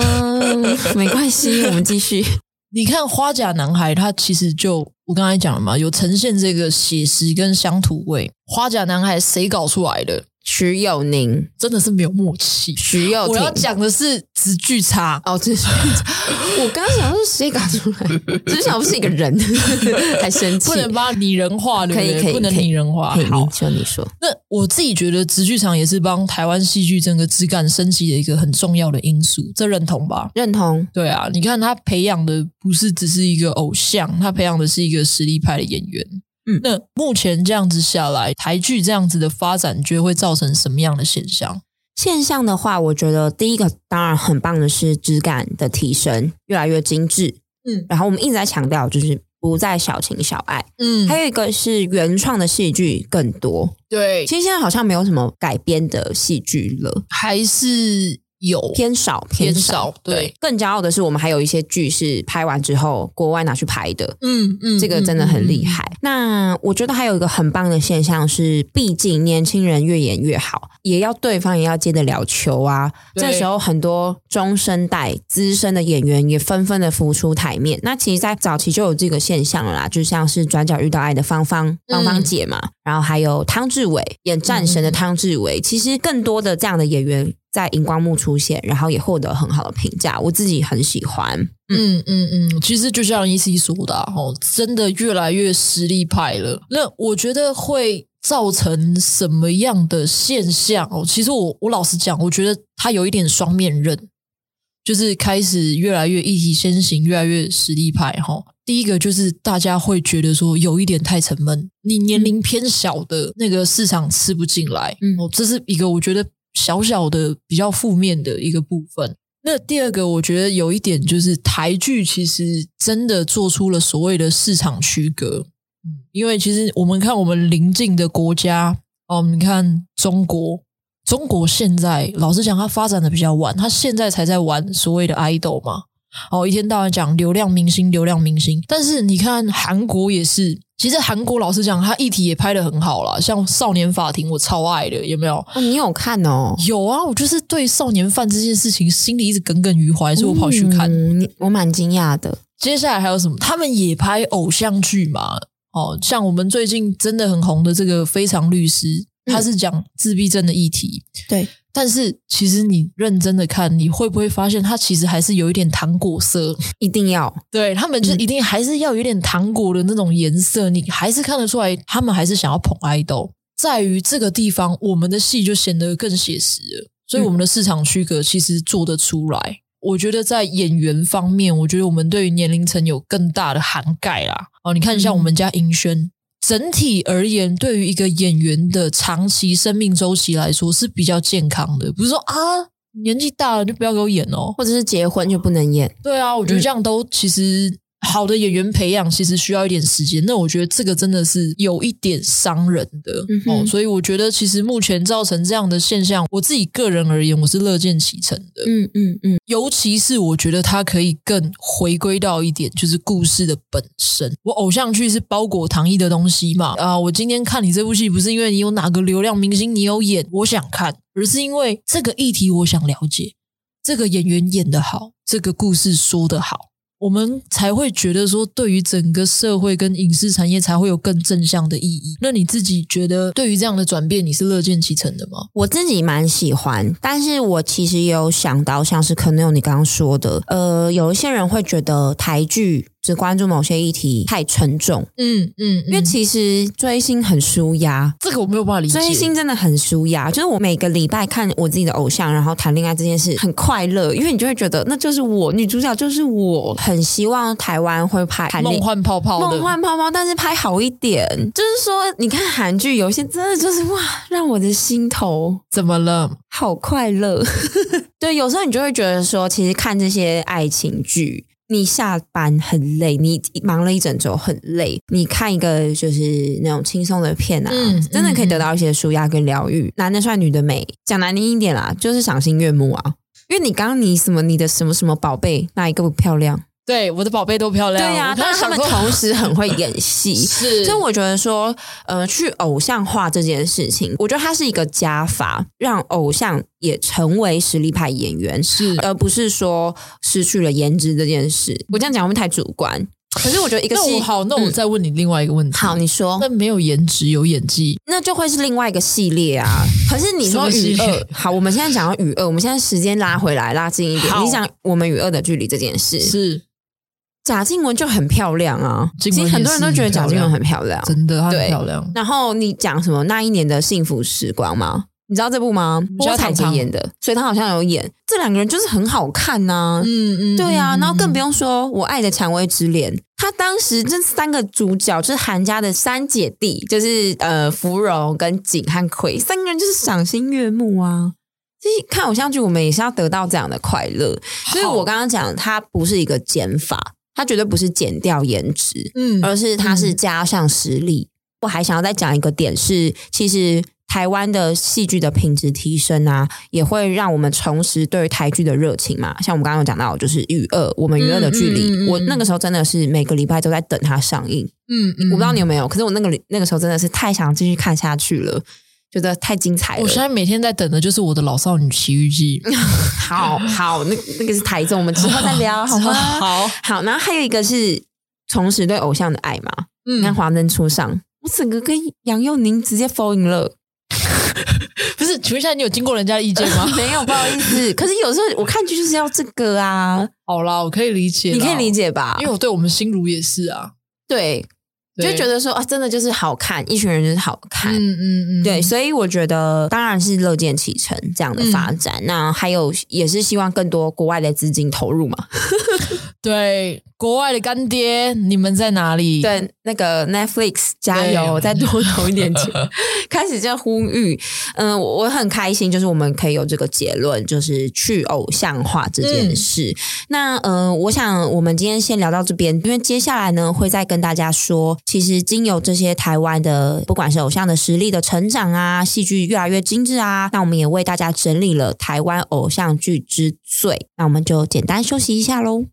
嗯，没关系，我们继续。 你看《花甲男孩》，他其实就我刚才讲了嘛，有呈现这个写实跟乡土味。《花甲男孩》谁搞出来的？徐友宁、真的是没有默契。徐友我要婷，讲的是直剧差，哦，这是我刚刚想说谁搞出来，只是想不是一个人， 还生气不。能把它拟人化，对不可以对？可以不能可以嗯拟人化嘿，。你好，就你说，那我自己觉得直剧场也是帮台湾戏剧整个质感升级的一个很重要的因素，这认同吧？认同对啊，你看他培养的不是只是一个偶像，他培养的是一个实力派的演员。嗯那目前这样子下来，台剧这样子的发展，觉得会造成什么样的现象？现象的话，我觉得第一个当然很棒的是质感的提升，越来越精致。嗯然后我们一直在强调，就是不再小情小爱。嗯还有一个是原创的戏剧更多，对，其实现在好像没有什么改编的戏剧了，还是有偏少偏少。少，对，更骄傲的是，我们还有一些剧是拍完之后国外拿去拍的，嗯嗯这个真的很厉。害。那我觉得还有一个很棒的现象是，毕竟年轻人越演越好，也要对方也要接得了球啊。对这时候很多中生代资深的演员也纷纷的浮出台面。那其实，在早期就有这个现象了啦，就像是《转角遇到爱》的芳芳芳芳姐嘛，然后还有汤志伟演战神的汤志伟，其实更多的这样的演员。在荧光幕出现，然后也获得很好的评价，我自己很喜欢。嗯嗯嗯，其实就像 E C 说的、啊，哦，真的越来越实力派了。那我觉得会造成什么样的现象？哦，其实我我老实讲，我觉得它有一点双面刃，就是开始越来越一体先行，越来越实力派。哈、哦，第一个就是大家会觉得说有一点太沉闷，你年龄偏小的那个市场吃不进来。嗯哦，这是一个我觉得小小的比较负面的一个部分。那第二个，我觉得有一点就是台剧其实真的做出了所谓的市场区隔，嗯，因为其实我们看我们邻近的国家，哦，你看中国，中国现在老实讲，它发展的比较晚，它现在才在玩所谓的 idol 嘛，哦，一天到晚讲流量明星，流量明星，但是你看韩国也是。其实韩国老实讲，它议题也拍的很好啦，像《少年法庭》，我超爱的，有没有？哦，你有看哦？有啊，我就是对少年犯这件事情心里一直耿耿于怀，所以我跑去看。嗯你我蛮惊讶的。接下来还有什么？他们也拍偶像剧嘛？哦，像我们最近真的很红的这个《非常律师》，他是讲自闭症的议题。对，但是其实你认真的看，你会不会发现它其实还是有一点糖果色？一定要对他们就一定还是要有点糖果的那种颜色，你还是看得出来，他们还是想要捧爱豆。在于这个地方，我们的戏就显得更写实了，所以我们的市场区隔其实做得出来。我觉得在演员方面，我觉得我们对于年龄层有更大的涵盖啦。哦，你看像我们家银轩，整体而言，对于一个演员的长期生命周期来说是比较健康的，不是说啊年纪大了就不要给我演哦，或者是结婚就不能演。对啊，我觉得这样都其实好的演员培养其实需要一点时间。那我觉得这个真的是有一点伤人的、嗯哼哦，所以我觉得其实目前造成这样的现象，我自己个人而言，我是乐见其成的。嗯嗯嗯，尤其是我觉得它可以更回归到一点，就是故事的本身。我偶像剧是包裹糖衣的东西嘛，啊、我今天看你这部戏不是因为你有哪个流量明星你有演，我想看，而是因为这个议题我想了解，这个演员演得好，这个故事说得好，我们才会觉得说，对于整个社会跟影视产业才会有更正向的意义。那你自己觉得对于这样的转变，你是乐见其成的吗？我自己蛮喜欢，但是我其实也有想到，像是可能有你刚刚说的，呃，有一些人会觉得台剧只关注某些议题太沉重，嗯嗯，因为其实追星很舒压。这个我没有办法理解。追星真的很舒压，就是我每个礼拜看我自己的偶像，然后谈恋爱这件事很快乐，因为你就会觉得那就是我，女主角就是我。很希望台湾会拍谈恋梦幻泡泡的梦幻泡泡，但是拍好一点。就是说，你看韩剧有一些真的就是哇，让我的心头怎么了？好快乐。 对，有时候你就会觉得说，其实看这些爱情剧，你下班很累，你忙了一整周很累，你看一个就是那种轻松的片啊，嗯真的可以得到一些舒压跟疗愈。男的帅，女的美，讲难听一点啦，就是赏心悦目啊。因为你刚刚你什么你的什么什么宝贝哪一个不漂亮？对，我的宝贝都漂亮。对呀、啊我刚但刚是他们想说，同时很会演戏 是，所以我觉得说，呃，去偶像化这件事情，我觉得它是一个加法，让偶像也成为实力派演员，是。而不是说失去了颜值这件事。我这样讲会不会太主观？可是我觉得一个那戏我好，那我再问你另外一个问题。好，，你说那没有颜值有演技，那就会是另外一个系列啊。可是你说什么系与列恶，好，我们现在讲到与恶，我们现在时间拉回来拉近一点，好你讲我们与恶的距离这件事，是贾静雯就很漂亮啊。静其雯实很多人都觉得贾静雯很漂亮，真的，她很对漂亮。然后你讲什么那一年的幸福时光吗？你知道这部吗？知道郭采洁唐唐演的，所以她好像有演。这两个人就是很好看呐、嗯嗯对啊，嗯然后更嗯不用说《我爱的蔷薇之恋》，她当时这三个主角就是韩家的三姐弟，就是呃芙蓉、跟景和葵三个人，就是赏心悦目啊。其实看偶像剧，我们也是要得到这样的快乐。所以好我刚刚讲，它不是一个减法，它绝对不是减掉颜值，嗯而是它是加上实力。我还想要再讲一个点是，其实台湾的戏剧的品质提升啊，也会让我们重拾对于台剧的热情嘛。像我们刚刚有讲到，就是《与恶》，我们《与恶的距离》嗯嗯嗯嗯我那个时候真的是每个礼拜都在等它上映。嗯嗯，我不知道你有没有，可是我那个那个时候真的是太想继续看下去了，觉得太精彩我现在了。每天在等的就是我的《老少女奇遇 记》 好好，那那个是台中，我们之后再聊，好之后吗？ 好，好，然后还有一个是重拾对偶像的爱嘛。你看嗯，华灯初上，我整个跟杨佑宁直接 fall in love，不是，请问一下，你有经过人家的意见 吗 ？没有不好意思。 可是有时候我看剧就是要这个啊，好啦，我可以理解，你可以理，解吧？因为我对我们心如也是啊，对，就对觉得说啊，真的就是好看，一群人就是好看。嗯嗯嗯，对，所以我觉得当然是乐见其成嗯这样的发展。那还有也是希望更多国外的资金投入嘛。对，国外的干爹，你们在哪里？，对，那个 Netflix 加油，对再多投一点钱。开始在呼吁，嗯、我我很开心，就是我们可以有这个结论，就是去偶像化这件事。那嗯、呃我想我们今天先聊到这边，因为接下来呢会再跟大家说，其实经由这些台湾的，不管是偶像的实力的成长啊，戏剧越来越精致啊，那我们也为大家整理了台湾偶像剧之最。那我们就简单休息一下喽。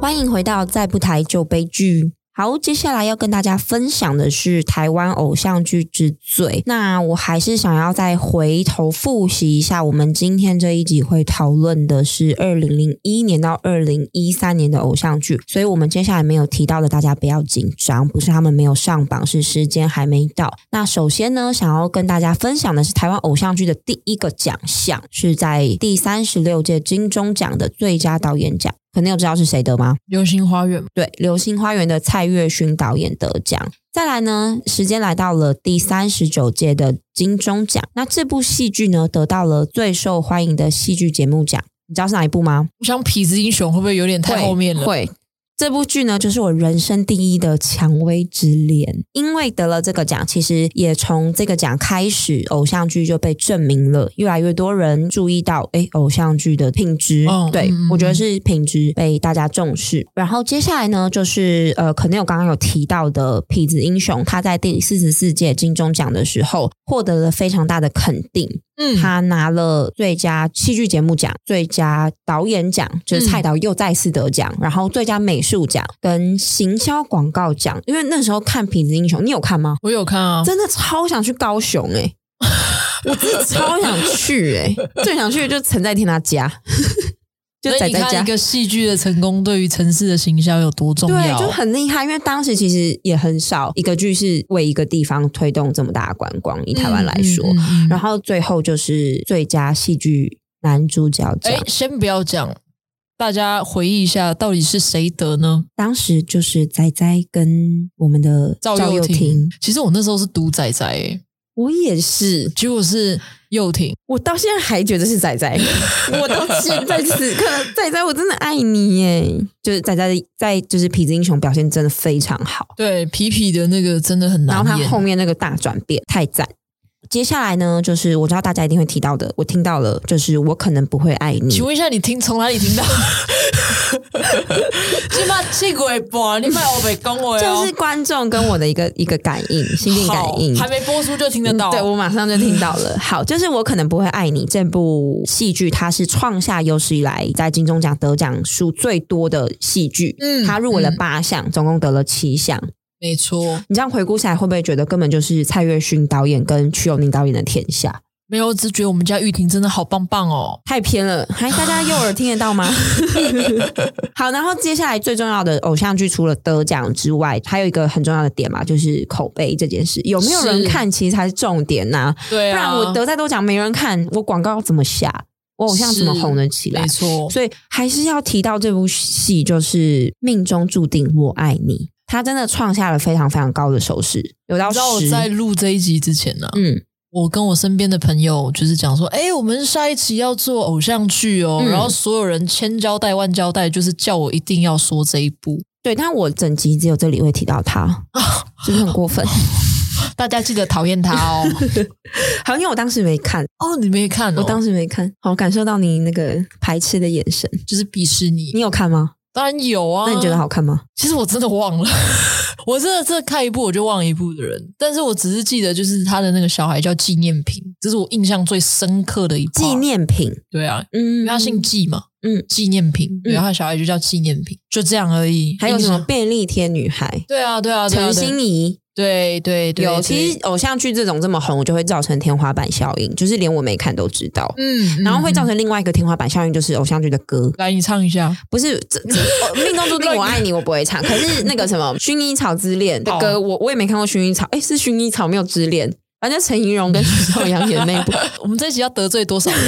欢迎回到再不抬就悲剧。好，接下来要跟大家分享的是台湾偶像剧之最。那我还是想要再回头复习一下，我们今天这一集会讨论的是二零零一年到二零一三年的偶像剧，所以我们接下来没有提到的，大家不要紧张，不是他们没有上榜，是时间还没到。那首先呢，想要跟大家分享的是台湾偶像剧的第一个奖项，是在第三十六届金钟奖的最佳导演奖。可能有知道是谁得吗？流星花园嘛，对，《流星花园》的蔡岳勋导演得奖。再来呢，时间来到了第三十九届的金钟奖，那这部戏剧呢得到了最受欢迎的戏剧节目奖，你知道是哪一部吗？我想痞子英雄会不会有点太后面了？会。这部剧呢，就是我人生第一的《蔷薇之恋》，因为得了这个奖，其实也从这个奖开始，偶像剧就被证明了，越来越多人注意到，哎，偶像剧的品质，嗯对、嗯嗯我觉得是品质被大家重视。然后接下来呢，就是呃，可能有刚刚有提到的《痞子英雄》，他在第四十四届金钟奖的时候获得了非常大的肯定，嗯，他拿了最佳戏剧节目奖、最佳导演奖，就是蔡导又再次得奖，然后最佳美术奖跟行销广告奖。因为那时候看《痞子英雄》，你有看吗？我有看啊，真的超想去高雄哎、 我真的超想去哎、最想去的就是陈在天他家， 就所宅以你在看家一。个戏剧的成功对于城市的行销有多重对，要？嗯就很厉害，因为当时其实也很少一个剧是为一个地方推动这么大的观光，以台湾来说。嗯，嗯嗯然后最后就是最佳戏剧男主角奖，哎、先不要讲，大家回忆一下，到底是谁得呢？当时就是仔仔跟我们的赵赵又又廷廷，。其实我那时候是读仔仔、欸，我也是，结果是又廷。我到现在还觉得是 仔仔，我到现在此刻，仔仔我真的爱你耶！就是仔仔在就是痞子英雄表现真的非常好，对，皮皮的那个真的很然难后他演。后面那个大转变太赞。接下来呢，就是我知道大家一定会提到的，我听到了，就是我可能不会爱你，请问一下，你听从哪里听 到？你妈气鬼吧！你卖我北恭维这哦，是观众跟我的一个一个感应，心电感应，好还没播出就听得到。嗯对我马上就听到了。好，就是我可能不会爱你这部戏剧，它是创下有史以来在金钟奖得奖数最多的戏剧。嗯嗯，它入围了八项，总共得了七项。没错，你这样回顾起来，会不会觉得根本就是蔡岳勋导演跟瞿友宁导演的天下？没有，我只觉得我们家玉婷真的好棒棒哦。太偏了，还大家右耳听得到 吗？好，然后接下来最重要的偶像剧，除了得奖之外，还有一个很重要的点嘛，就是口碑这件事，有没有人是看，其实才是重点呐、对不然啊，我得再多奖没人看，我广告怎么下？我偶像怎么红得起来没？错，所以还是要提到这部戏，就是命中注定我爱你，它真的创下了非常非常高的收视，有到你知道我十。在录这一集之前呢、嗯，我跟我身边的朋友就是讲说，哎、我们下一期要做偶像剧哦，嗯然后所有人千交代万交代，就是叫我一定要说这一部。对，但我整集只有这里会提到 它，是不是很过分？大家记得讨厌他 哦。好，因为我当时没看，哦，你没看、哦，我当时没看，好感受到你那个排斥的眼神。就是鄙视你你。有看吗？当然有啊，那你觉得？好看吗？其实我真的忘了， 我真的是看一部我就忘一部的人。但是我只是记得，就是他的那个小孩叫纪念品，这是我印象最深刻的一部。纪念品，对啊，因嗯，为他姓纪嘛，嗯，纪念品，然后小孩就叫纪念品，就这样而已。还有什印么象？便利贴女孩、对啊，对啊，对啊陈对啊心怡，对对对，有，对其实偶像剧这种这么红，就会造成天花板效应，就是连我没看都知道。嗯，然后会嗯造成另外一个天花板效应，就是偶像剧的歌，来你唱一 下，不是这 这哦命中注定我爱你，我不会唱。可是那个什么《薰衣草之恋》的歌，哦我我也没看过《薰衣草》，哎，是《薰衣草》没有《之恋》，反正陈怡蓉跟徐少阳 演那一部，我们这一集要得罪多少 人？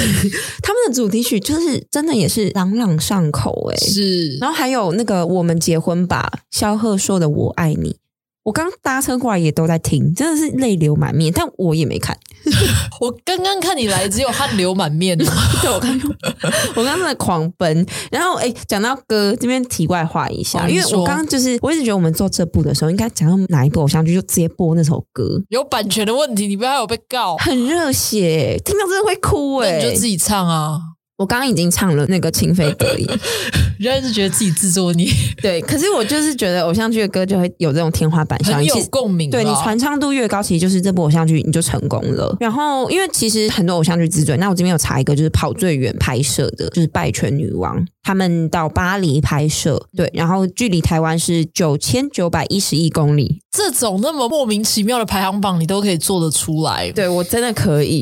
他们的主题曲就是真的也是朗朗上口哎、是然后还有那个《我们结婚吧》，萧贺说的《我爱你》，我刚搭车过来也都在听，真的是泪流满面，但我也没看。我刚刚看你来，只有汗流满面。 对我刚刚， 我刚刚在狂奔。然后，哎、讲到歌这边题外话一下，哦因为你我说刚刚就是，我一直觉得我们做这部的时候，应该讲到哪一部偶像剧就直接播那首歌，有版权的问题，你不要有被告，很热血、听到真的会哭那哎、你就自己唱啊。我刚刚已经唱了那个《情非 得已》，人家是觉得自己自作孽，对，可是我就是觉得偶像剧的歌就会有这种天花板效很应，其有实共鸣啦。啊对你传唱度越高，其实就是这部偶像剧你就成功了。然后，因为其实很多偶像剧之最，那我这边有查一个，就是跑最远拍摄的，就是《拜权女王》，他们到巴黎拍摄，对，然后距离台湾是九千九百一十一公里。这种那么莫名其妙的排行榜，你都可以做得出来。对我真的可以。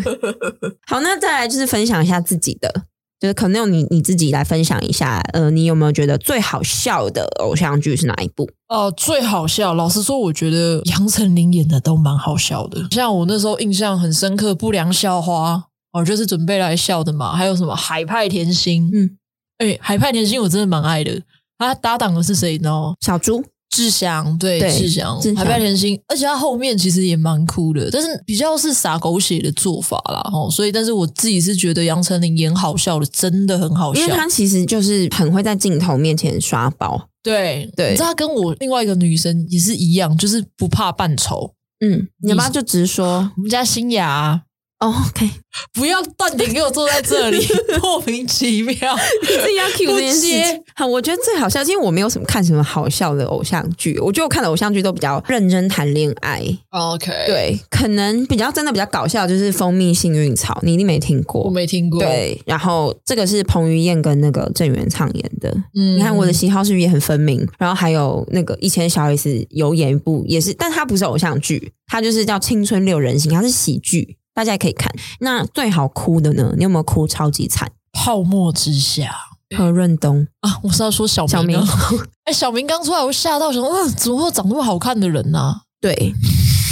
好，那再来就是分享一下自己的。就是可能有你你自己来分享一下，呃，你有没有觉得最好笑的偶像剧是哪一部？哦、最好笑。老实说，我觉得杨丞琳演的都蛮好笑的。像我那时候印象很深刻，《不良校花》哦，就是准备来笑的嘛。还有什么《海派甜心》？嗯嗯，哎、海派甜心》我真的蛮爱的。他搭档的是谁呢？小猪，志祥，对，对志祥志，祥海派甜心，而且他后面其实也蛮酷的，但是比较是洒狗血的做法啦，哦，所以但是我自己是觉得杨丞琳演好笑的，真的很好因笑为，他其实就是很会在镜头面前刷包，对对你知道他跟我另外一个女生也是一样，就是不怕扮丑。嗯，你要不要你就直说？我们家新雅啊、哦，OK，不要断点给我坐在这里，莫名其妙。 自己要 cue 不这件事接情。好，我觉得最好笑，因为我没有什么看什么好笑的偶像剧，我觉得我看的偶像剧都比较认真谈恋爱。 OK，，对，可能比较真的比较搞笑，就是《蜂蜜幸运草》，你一定没听我过。没听过。，对，然后这个是彭于晏跟那个郑元畅演的。嗯你看我的喜好是不是也很分明？然后还有那个以前小 S 有演一部，也是，但它不是偶像剧，它就是叫《青春六人行》，它是喜剧，大家也可以看。那最好哭的呢？你有没有哭超级惨？泡沫之夏何润东、啊，我是要说小小明明啊。， 哎、小明刚出来，我吓到，想说，哇，怎么会有长那么好看的人呢、啊？对，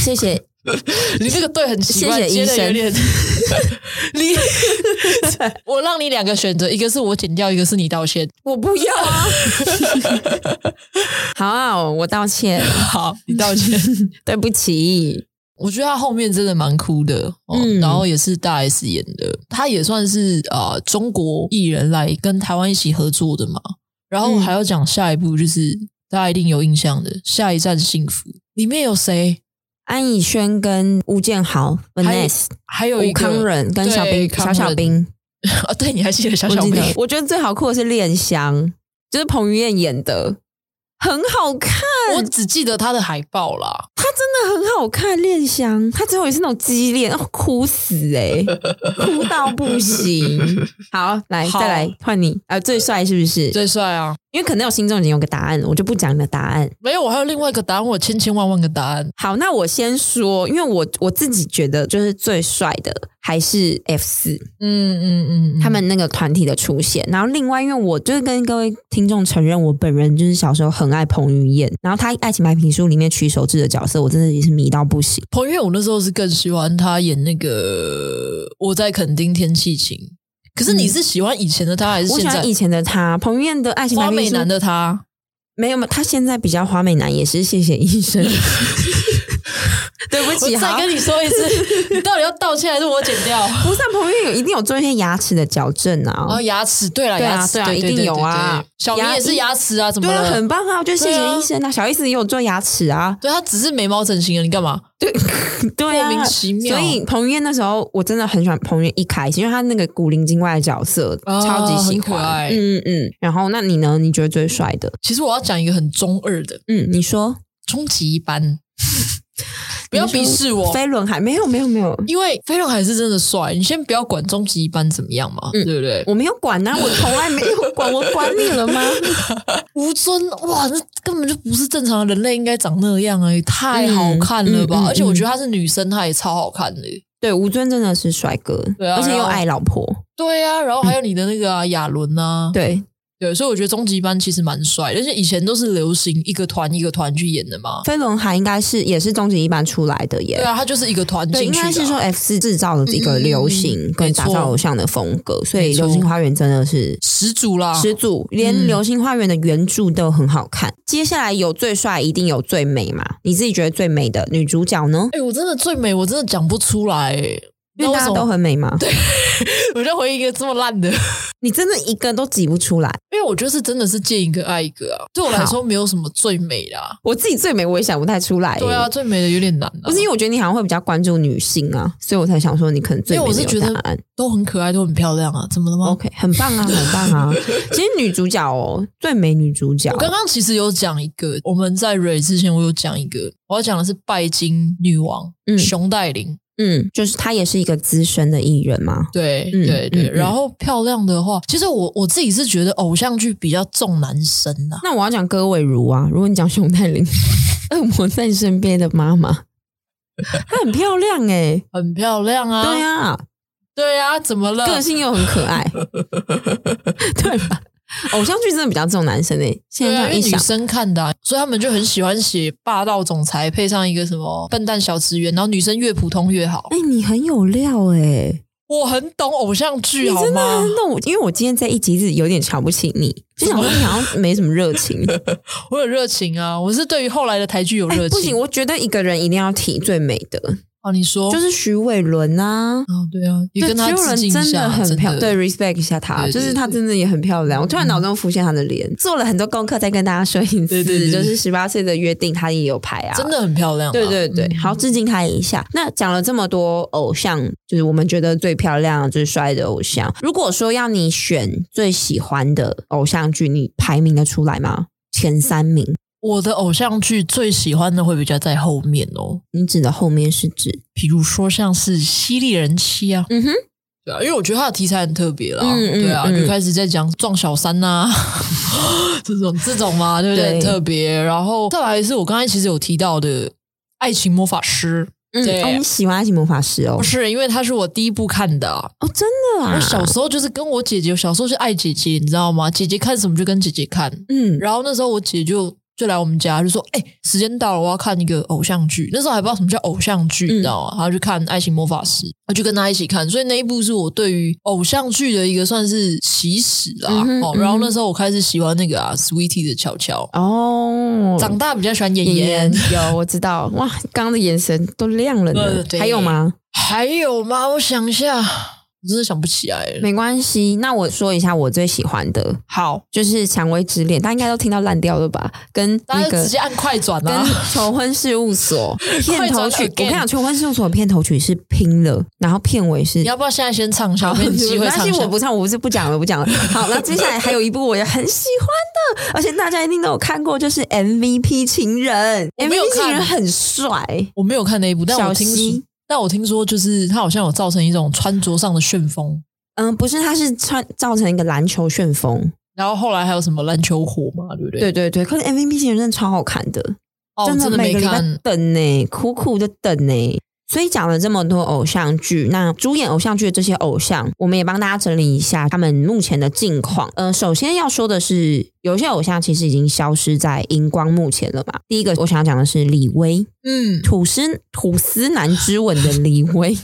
谢谢。 你这个对很奇怪，谢谢医生接得有 点你， 我让你两个选择，一个是我剪掉，一个是你道歉。我不 要啊！好啊，我 道歉，好，你道 歉。对不起。我觉得他后面真的蛮哭的，哦嗯然后也是大 S 演的，他也算是呃中国艺人来跟台湾一起合作的嘛。然后嗯还要讲下一部，就是大家一定有印象的《下一站幸福》，里面有谁？安以轩跟吴建豪、还有 Vanessa、还有一吴个 康仁跟小对兵、康小仁小兵，啊，对，你还记得小我小记兵？得。我觉得最好哭的是《恋香》，就是彭于晏演的，很好看，我只记得他的海报啦，真的很好看。《恋香》他最后也是那种激恋，哦、哭死 哎、哭到不行。好，来好再来换你啊、呃最帅是不是？最帅啊！因为可能我心中已经有个答案了，我就不讲你的答案。没有，我还有另外一个答案，我千千万万个答案。好，那我先说，因为我我自己觉得就是最帅的还是 F 四、嗯嗯嗯，嗯他们那个团体的出现。然后另外，因为我就是跟各位听众承认，我本人就是小时候很爱彭于晏，然后他《爱情白皮书》里面曲手志的角色，我真的也是迷到不行。彭于晏，我那时候是更喜欢他演那个《我在垦丁天气晴》。可是你是喜欢以前的他，还是嗯我现喜在欢以前的他，彭于晏的《爱情白花皮美书》男的他？没有没有，他现在比较花美男，也是谢谢 医生。对不我起，再好跟你说一 次，你到底要道歉还是我剪掉？不是啊彭于晏有一定有做一些牙齿的矫正啊。然后牙齿，对了，对啊牙齿对啊对对一定对有啊对对小明牙也是牙齿啊，怎么对啊，了很？棒啊！我觉得谢对谢啊医生啊，小 S 也有做牙齿啊，对他只是眉毛整形了，你干嘛？ 对啊莫名其妙所以彭于晏那时候我真的很喜欢彭于晏一开始，因为他那个古灵精怪的角色、啊超级喜很可欢，爱嗯嗯嗯。然后那你呢？你觉得最帅的？其实我要讲一个很中二的嗯，你说终极一班， 嗯不要鄙视我。飞轮海没有没有没有，因为飞轮海是真的帅，你先不要管终极一班怎么样嘛，嗯对不对？我没有管啊，我从来没有管，我管你 了吗？吴尊，哇，那根本就不是正常人类应该长那样哎、太好看了吧！嗯嗯嗯而且我觉得她是女生，她也超好看的、对，吴尊真的是帅哥，对啊而且然又后爱老婆，对呀、然后还有你的那个啊，亚伦啊，对，对，所以我觉得终极班其实蛮帅的，而且以前都是流行一个团一个团去演的嘛。飞轮海应该是也是终极一班出来的耶对。啊，他就是一个团对，应进去的啊、该是说 F 四制造的一个嗯流行跟没打错造偶像的风格，所以没《错流星花园》真的是始祖啦，始祖，连《嗯流星花园》的原著都很好看。接下来有最帅，一定有最美嘛？你自己觉得最美的女主角呢？哎、我真的最美，我真的讲不出来、欸。因为大家都很美嘛，对，我就回一个这么烂的， 你真的一个都挤不出来。因为我觉得是真的是见一个爱一个啊。对我来说，没有什么最美啦。我自己最美我也想不太出来、对啊，，最美的有点难、啊。不是因为我觉得你好像会比较关注女性啊，所以我才想说你可能最美因为我是没有觉得答案。都很可爱，都很漂亮啊，怎么了吗？ OK，很棒啊，很 棒啊！其实女主角哦，最美女主角哦我，刚刚其实有讲一个，我们在蕊之前我有讲一个，我要讲的是拜金女王、嗯熊黛林，嗯，就是她也是一个资深的艺人嘛。对、嗯对嗯对。嗯然后漂亮的话，其实我我自己是觉得偶像剧比较重男生啊，那我要讲葛伟如啊，如果你讲熊黛林，恶魔在你身边的妈妈，她很漂亮哎、很漂亮啊，对啊，对啊，怎么了？个性又很 可爱，对吧？偶像剧真的比较重男生哎、现对在啊，这样因为一女想，生看的啊、所以他们就很喜欢写霸道总裁配上一个什么笨蛋小职员，然后女生越普通越好。哎、你很有料哎、我很懂偶像剧你好真的吗很？懂我，因为我今天这一集是有点瞧不起你，就想说你好像没什么热情。我有热情啊，我是对于后来的台剧有哎、热情。不行，我觉得一个人一定要提最美的，哦，你说就是徐伟伦啊。哦，对啊，也对，跟徐他伟致伦敬一下，真的很漂亮，对真的，respect 一下对她，对嗯就是她真的也很漂亮。我突然脑中浮现她的脸，做了很多功课，再跟大家说一次，对对对就是十八岁的约定，她也有拍啊，真的很漂亮啊、对对对，嗯好，致敬他一下。那讲了这么多偶像，就是我们觉得最漂亮、最帅的偶像。如果说要你选最喜欢的偶像剧，你排名得出来吗？前三名，我的偶像剧最喜欢的会比较在后面哦，你指的后面是指？比如说像是《犀利人妻》啊，嗯哼，对啊，因为我觉得它的题材很特别啦，嗯嗯对啊，嗯就开始在讲撞小三呐、 这种这种嘛，对不对？对很特别。然后再来是我刚才其实有提到的《爱情魔法师》，嗯，对哦，你喜欢《爱情魔法师》哦不？是因为它是我第一部看的啊、哦，真的啊我？小时候就是跟我姐姐，我小时候是爱姐姐，你知道吗？姐姐看什么就跟姐姐看，嗯，然后那时候我姐就就来我们家，就说：“哎、时间到了，我要看一个偶像剧。”那时候还不知道什么叫偶像剧，嗯你知道吗？她去看《爱情魔法师》，我就跟她一起看，所以那一部是我对于偶像剧的一个算是起始啦嗯。哼哦嗯，哼然后那时候我开始喜欢那个啊，Sweetie 的乔乔。哦，长大比较喜欢演妍演妍。有我知道，哇，刚刚的眼神都亮了呢呃。对还有吗？还有吗？我想一下，我真的想不起来了。没关系，那我说一下我最喜欢的，好，就是《蔷薇之恋》，大家应该都听到烂掉了吧？跟大那家就个直接按快转啊跟啦、 《求婚事务所》片头曲， 快转我 again 跟你讲，《求婚事务所》片头曲是拼了，然后片尾是你。 要不要现在先唱一下？好我给你机会 没唱关一系，下。我不唱，我不是不讲了，不讲了。好，那接下来还有一部我也很喜欢的，而且大家一定都有看过，就是《MVP 情人》。我没有 MVP 看情人很帅，我没有看那一部，但小我听说溪，但我听说就是他好像有造成一种穿着上的旋风。嗯，不是，他是穿造成一个篮球旋风。然后后来还有什么篮球火嘛，对不对？对对对，可是 MVP 情人真的超好看的。哦，真真的的每没个礼拜看。等呢、苦苦的等呢、所以讲了这么多偶像剧，那主演偶像剧的这些偶像，我们也帮大家整理一下他们目前的近况。呃，首先要说的是，有一些偶像其实已经消失在荧光幕前了嘛。第一个我想要讲的是李威，嗯，吐司吐司男之吻的李 威。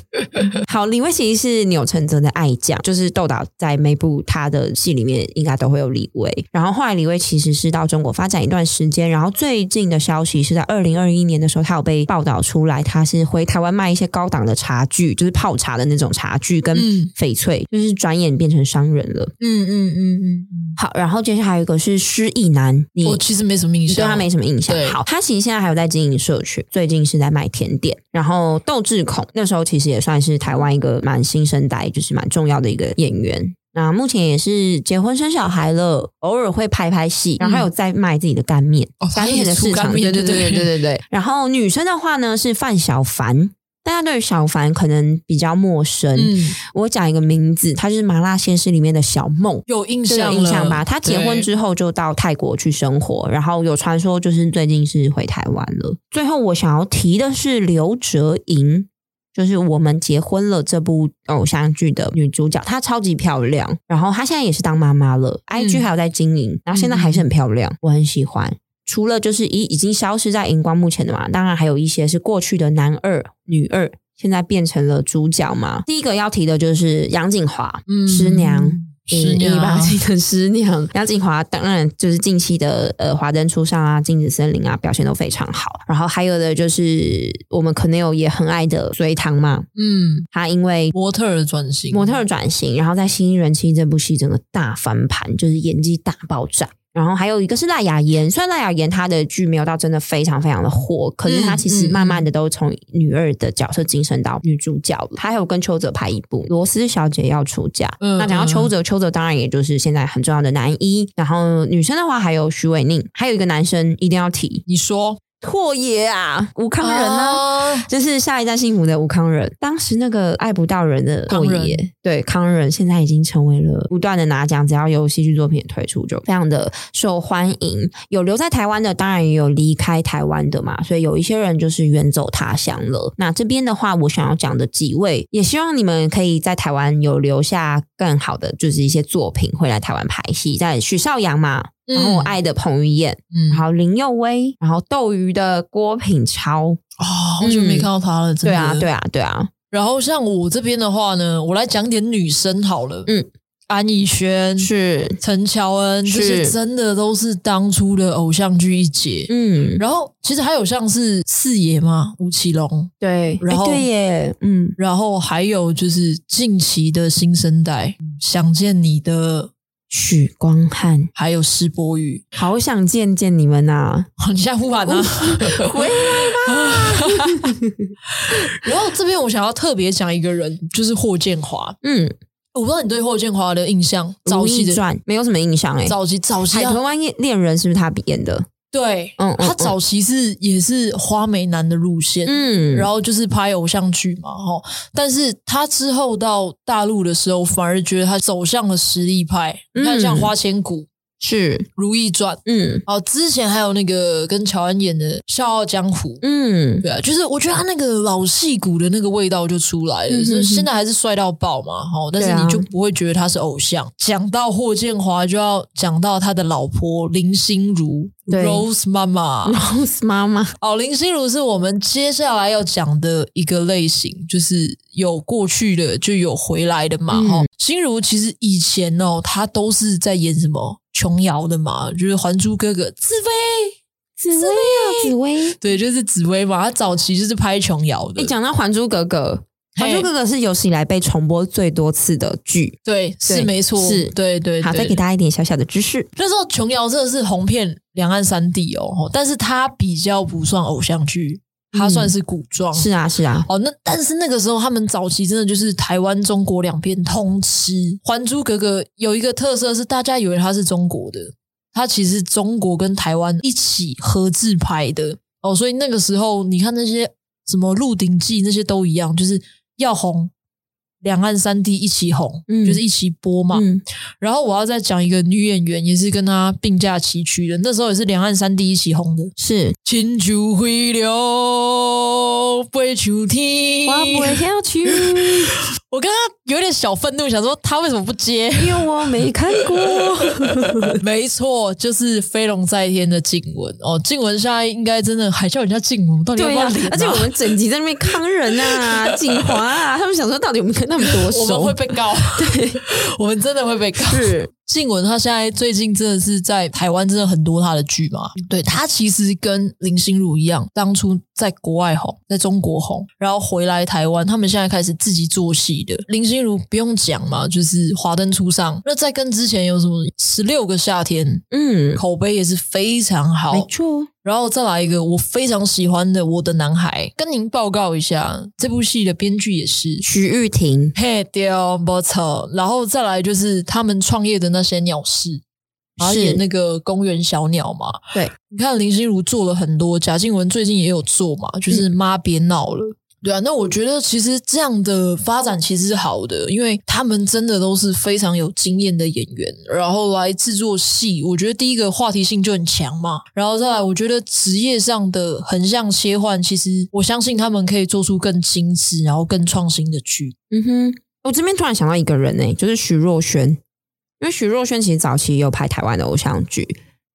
好，李威其实是钮承泽的爱将，就是豆导在每部他的戏里面应该都会有李威。然后后来李威其实是到中国发展一段时间，然后最近的消息是在二零二一年的时候，他有被报道出来，他是回台湾卖一些高档的茶具，就是泡茶的那种茶具跟嗯翡翠，就是转眼变成商人了。嗯嗯嗯嗯嗯好，然后接下来还有一个是失忆男，你我其实没什么印你对象。他没什么印象对。好，他其实现在还有在经营社群，最近是在卖甜点。然后窦智孔那时候其实也算是台湾一个蛮新生代，就是蛮重要的一个演员。那目前也是结婚生小孩了，偶尔会拍拍戏，然后还有在卖自己的干面，嗯哦他干也面的出市干场，面对对对对对对对。然后女生的话呢是范小凡，大家对于小凡可能比较陌生。嗯，我讲一个名字，他就是《麻辣鲜师》里面的小梦，有印这象有了印象吧？他结婚对之后就到泰国去生活，然后有传说就是最近是回台湾了。最后我想要提的是刘哲莹，就是我们结婚了这部哦偶像剧的女主角，她超级漂亮，然后她现在也是当妈妈了，IG 嗯还有在经营，然后现在还是很漂亮，我很喜欢。除了就是已已经消失在荧光幕前的嘛，当然还有一些是过去的男二、女二，现在变成了主角嘛。第一个要提的就是杨锦华，嗯师娘。师一八娘级的师娘 杨锦华，当然就是近期的呃《华灯初上》啊，《镜子森林》啊，表现都非常好。然后还有的就是我们可能有也很爱的隋唐嘛，嗯，她因为模特儿转型，模特儿转型，然后在《新人妻》这部戏整个大翻盘，就是演技大爆炸。然后还有一个是赖雅妍，虽然赖雅妍她的剧没有到真的非常非常的火，可是她其实嗯嗯慢慢的都从女二的角色晋升到女主角了。她还有跟邱泽拍一部《罗斯小姐要出嫁》，嗯那讲到邱泽，邱泽当然也就是现在很重要的男一。然后女生的话还有徐伟宁，还有一个男生一定要提你说拓爷啊，吴康仁啊。啊？就是下一站幸福的吴康仁，当时那个爱不到人的康拓仁爷，对康仁现在已经成为了不断的拿奖，只要有戏剧作品的推出就非常的受欢迎。有留在台湾的，当然也有离开台湾的嘛，所以有一些人就是远走他乡了。那这边的话，我想要讲的几位，也希望你们可以在台湾有留下更好的，就是一些作品会来台湾拍戏。在许绍洋嘛，然后我爱的彭于晏，嗯，然后林佑威，然后斗鱼的郭品超。啊，好久没看到她了，真对的。啊，对啊，对啊，然后像我这边的话呢，我来讲点女生好了。嗯，安以轩、是，陈乔恩，这是些真的都是当初的偶像剧一姐。嗯，然后其实还有像是四爷嘛，吴奇隆，对，哎然后对耶，嗯，然后还有就是近期的新生代，嗯想见你的，许光汉，还有施柏宇，好想见见你们呐、你现在呼喊啊！哦 然后这边我想要特别讲一个人，就是霍建华。嗯，我不知道你对霍建华的印象， 《早如期懿的传》没有什么印象哎、早期早期海啊豚湾恋恋人》是不是他演的？对，嗯嗯他嗯早期是也是花美男的路线，嗯，然后后就是拍偶像剧嘛，哈。但是他之后到大陆的时候，反而觉得他走向了实力派。你看，嗯像《花千骨》《是，如懿传》，嗯哦，之前还有那个跟乔安演的《笑傲江湖》。嗯，对啊，就是我觉得他那个老戏骨的那个味道就出来了，嗯就是嗯现在还是帅到爆嘛，哈，但是对啊你就不会觉得他是偶像。讲到霍建华，就要讲到他的老婆林心如对，Rose 妈妈。 Rose 妈妈，哦，林心如是我们接下来要讲的一个类型，就是有过去的就有回来的嘛。嗯哦，心如其实以前哦，她都是在演什么琼瑶的嘛，就是《还珠格格》紫薇，紫薇啊，紫薇。对，就是紫薇嘛。她早期就是拍琼瑶的，你哎讲到《还珠格格》，《还珠嘿格格》是有史以来被重播最多次的剧。对，是对没错，是对对好，对再给大家一点小小的知识。那时候琼瑶真的是红遍两岸三地哦，哦但是她比较不算偶像剧，她嗯算是古装，是啊，是啊，哦，那但是那个时候他们早期真的就是台湾、中国两边通吃，《还珠格格》有一个特色是大家以为它是中国的，它其实是中国跟台湾一起合制拍的哦，所以那个时候你看那些什么《鹿鼎记》那些都一样，就是要红。两岸三地一起红，嗯就是一起播嘛。嗯然后我要再讲一个女演员，也是跟她并驾齐驱的，那时候也是两岸三地一起红的。是。亲像飞流飞上天。我不会 跳去，我刚刚有点小愤怒，想说他为什么不接？因为我没看过。 没错，就是飞龙在天的静雯哦，静雯现在应该真的还叫人家静雯，到底要对不呀、要理、啊？而且我们整集在那边康人啊、 景华啊，他们想说到底我们跟他们多 我熟？们会被告， 对，我们真的会被告。 是静雯她现在最近真的是在台湾，真的很多她的剧嘛。对她其实跟林心如一样，当初在国外红，在中国红，然后回来台湾，他们现在开始自己做戏的。林心心如不用讲嘛，就是《华灯初上》。那在跟之前有什么《十六个夏天》，嗯，口碑也是非常没好。错，然后再来一个我非常喜欢的《我的男孩》，跟您报告一下，这部戏的编剧也是徐玉婷，嘿丢不错。然后再来就是他们创业的那些鸟事，然后是演那个公园小鸟嘛。对，你看林心如做了很多，贾静雯最近也有做嘛，嗯就是妈别闹了。对啊，那我觉得其实这样的发展其实是好的，因为他们真的都是非常有经验的演员，然后来制作戏。我觉得第一个话题性就很强嘛，然后再来，我觉得职业上的横向切换，其实我相信他们可以做出更精致，然后更创新的剧。嗯哼，我这边突然想到一个人呢、就是徐若瑄，因为徐若瑄其实早期也有拍台湾的偶像剧，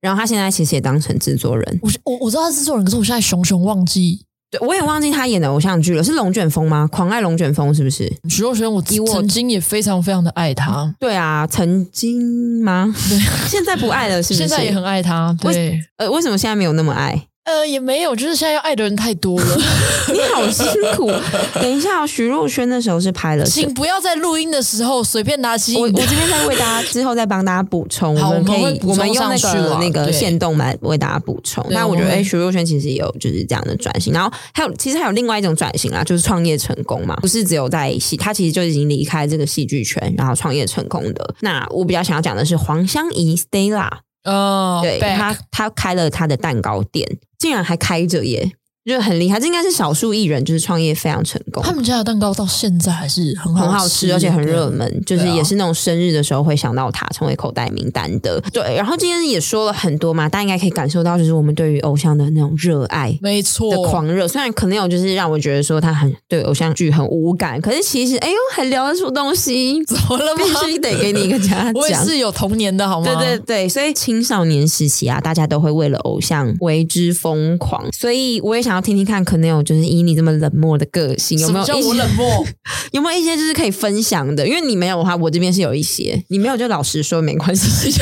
然后她现在其实也当成制作人，我我我知道他是制作人，可是我现在熊熊忘记对我也忘记她演的偶像剧了，是《龙卷风》吗？《狂爱龙卷风》是不是？徐若瑄，我嗯以我曾经也非常非常的爱他，对啊，曾经吗？对，啊 现在不爱了，是不是？现在也很爱他，对，呃，为什么现在没有那么爱？呃，也没有，就是现在要爱的人太多了， 你好辛苦。等一下、哦，徐若瑄那时候是拍了什么请不要在录音的时候随便拿起我我这边再为大家之后再帮大家补充，好我们可我们会以补充我们用那上去个啦那个对线动来为大家补充。对那我我觉们得，哎、会徐若瑄其实也有就是这样的转型，然后还有其实还有另外一种转型啦，就是创业成功嘛，不是只有在戏，她其实就已经离开这个戏剧圈，然后创业成功的。那我比较想要讲的是黄湘怡 Stella，哦，对 back 她她开了她的蛋糕店，竟然还开着耶，就是很厉害，这应该是少数艺人就是创业非常成功他。们家的蛋糕到现在还是很很好好吃，而且很热门，就是对啊也是那种生日的时候会想到它，成为口袋名单的。对，然后今天也说了很多嘛，大家应该可以感受到，就是我们对于偶像的那种热爱。没的错，狂热，虽然可能有就是让我觉得说他很对偶像剧很无感，可是其实哎呦还聊得出东 西，怎么了吗必须得给你一个嘉 我也奖。是有童年的好吗？对对对，所以青少年时期啊，大家都会为了偶像为之疯狂，所以我也想要听听看，可能有就是以你这么冷漠的个性，有什没么有叫一些我冷漠？有没有一些就是可以分享的？因为你没有的话，我这边是有一些；你没有就老实说，没关系。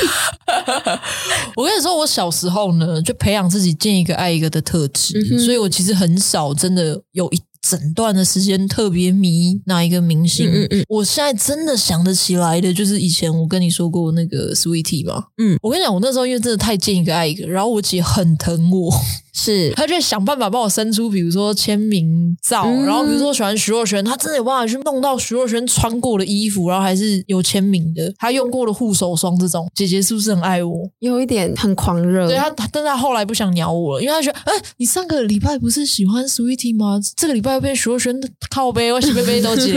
我跟你说，我小时候呢，就培养自己见一个爱一个的特质，嗯哼所以我其实很少真的有一整段的时间特别迷哪一个明星。嗯嗯我现在真的想得起来的，就是以前我跟你说过那个 Sweetie 嘛。嗯，我跟你讲，我那时候因为真的太见一个爱一个，然后我姐很疼我，是，她就会想办法帮我生出，比如说签名照，嗯然后比如说喜欢徐若瑄，她真的有办法去弄到徐若瑄穿过的衣服，然后还是有签名的，她用过的护手霜这种。姐姐是不是很爱我？ 有一点很狂热对他，他但他后来不想鸟我了，因为他觉得，哎、你上个礼拜不是喜欢 Sweetie 吗？这个礼拜又变徐若瑄靠背，我喜贝贝都 姐。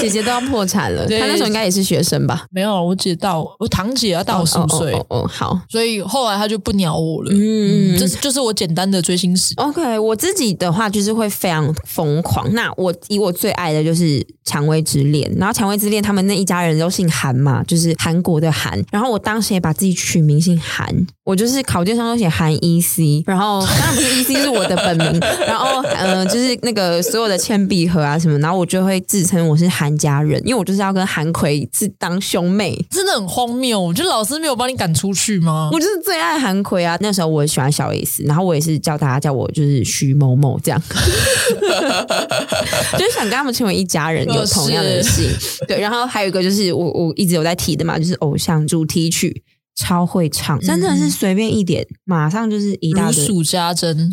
姐姐都要破产 了。对她那时候应该也是学生吧？没有，我姐大我，我堂姐啊大我十五岁，哦哦哦哦，好。所以后来他就不鸟我了。嗯嗯，这是就是我简单的追星史。 OK，我自己的话就是会非常疯狂。那我以我最爱的就是《蔷薇之恋》，然后《蔷薇之恋》他们那一家人都姓韩嘛，就是韩国的韩。然后我当时也把自己取名姓韩，我就是考卷上都写韩 EC，然后当然不是 EC 是我的本名，然后呃就是那个所有的铅笔盒啊什么，然后我就会自称我是韩家人，因为我就是要跟韩奎是当兄妹。真的很荒谬，就老师没有把你赶出去吗？我就是最爱韩奎啊！那时候我喜欢小 S，然后我也是叫大家叫我就是徐某某 这样，就是想跟他们成为一家人，有同样的哦姓。对，然后还有一个就是我我一直有在提的嘛，就是偶像主题曲超会唱，真的是随便一点，马上就是一嗯大如堆。数家珍，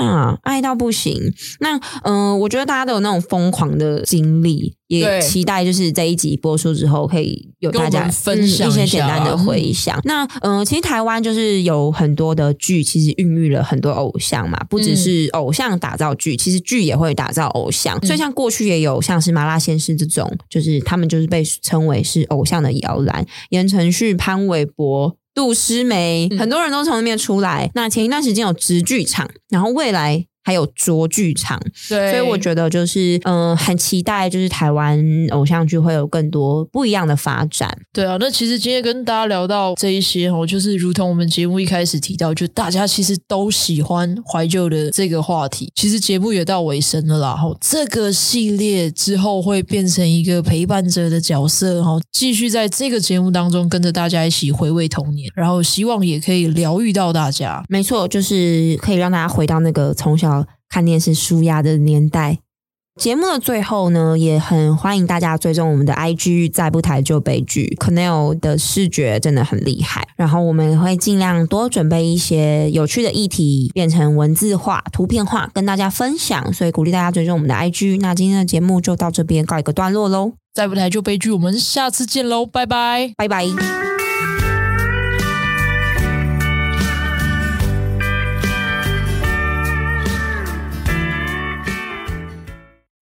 啊，爱到不行。那嗯、呃我觉得大家都有那种疯狂的经历，也对期待就是这一集播出之后，可以有跟大我家们分享嗯、一一些下啊简单的回想。那嗯、呃其实台湾就是有很多的剧，其实孕育了很多偶像嘛，嗯不只是偶像打造剧，其实剧也会打造偶像。嗯所以像过去也有像是麻辣鲜师这种，就是他们就是被称为是偶像的摇篮，言承旭、潘玮柏。杜诗梅，嗯很多人都从那边出来。那前一段时间有直剧场，然后未来还有卓剧场，对，所以我觉得就是，嗯、很期待就是台湾偶像剧会有更多不一样的发展。对啊，那其实今天跟大家聊到这一些哦，就是如同我们节目一开始提到，就大家其实都喜欢怀旧的这个话题。其实节目也到尾声了啦，吼，这个系列之后会变成一个陪伴者的角色，吼，继续在这个节目当中跟着大家一起回味童年，然后希望也可以疗愈到大家。没错，就是可以让大家回到那个从小看电视舒压的年代。节目的最后呢，也很欢迎大家追踪我们的 IG，再不抬就悲剧。Canel 的视觉真的很厉害，然后我们会尽量多准备一些有趣的议题，变成文字化、图片化跟大家分享，所以鼓励大家追踪我们的 IG。那今天的节目就到这边告一个段落喽，再不来就悲剧，我们下次见喽，拜拜。拜拜。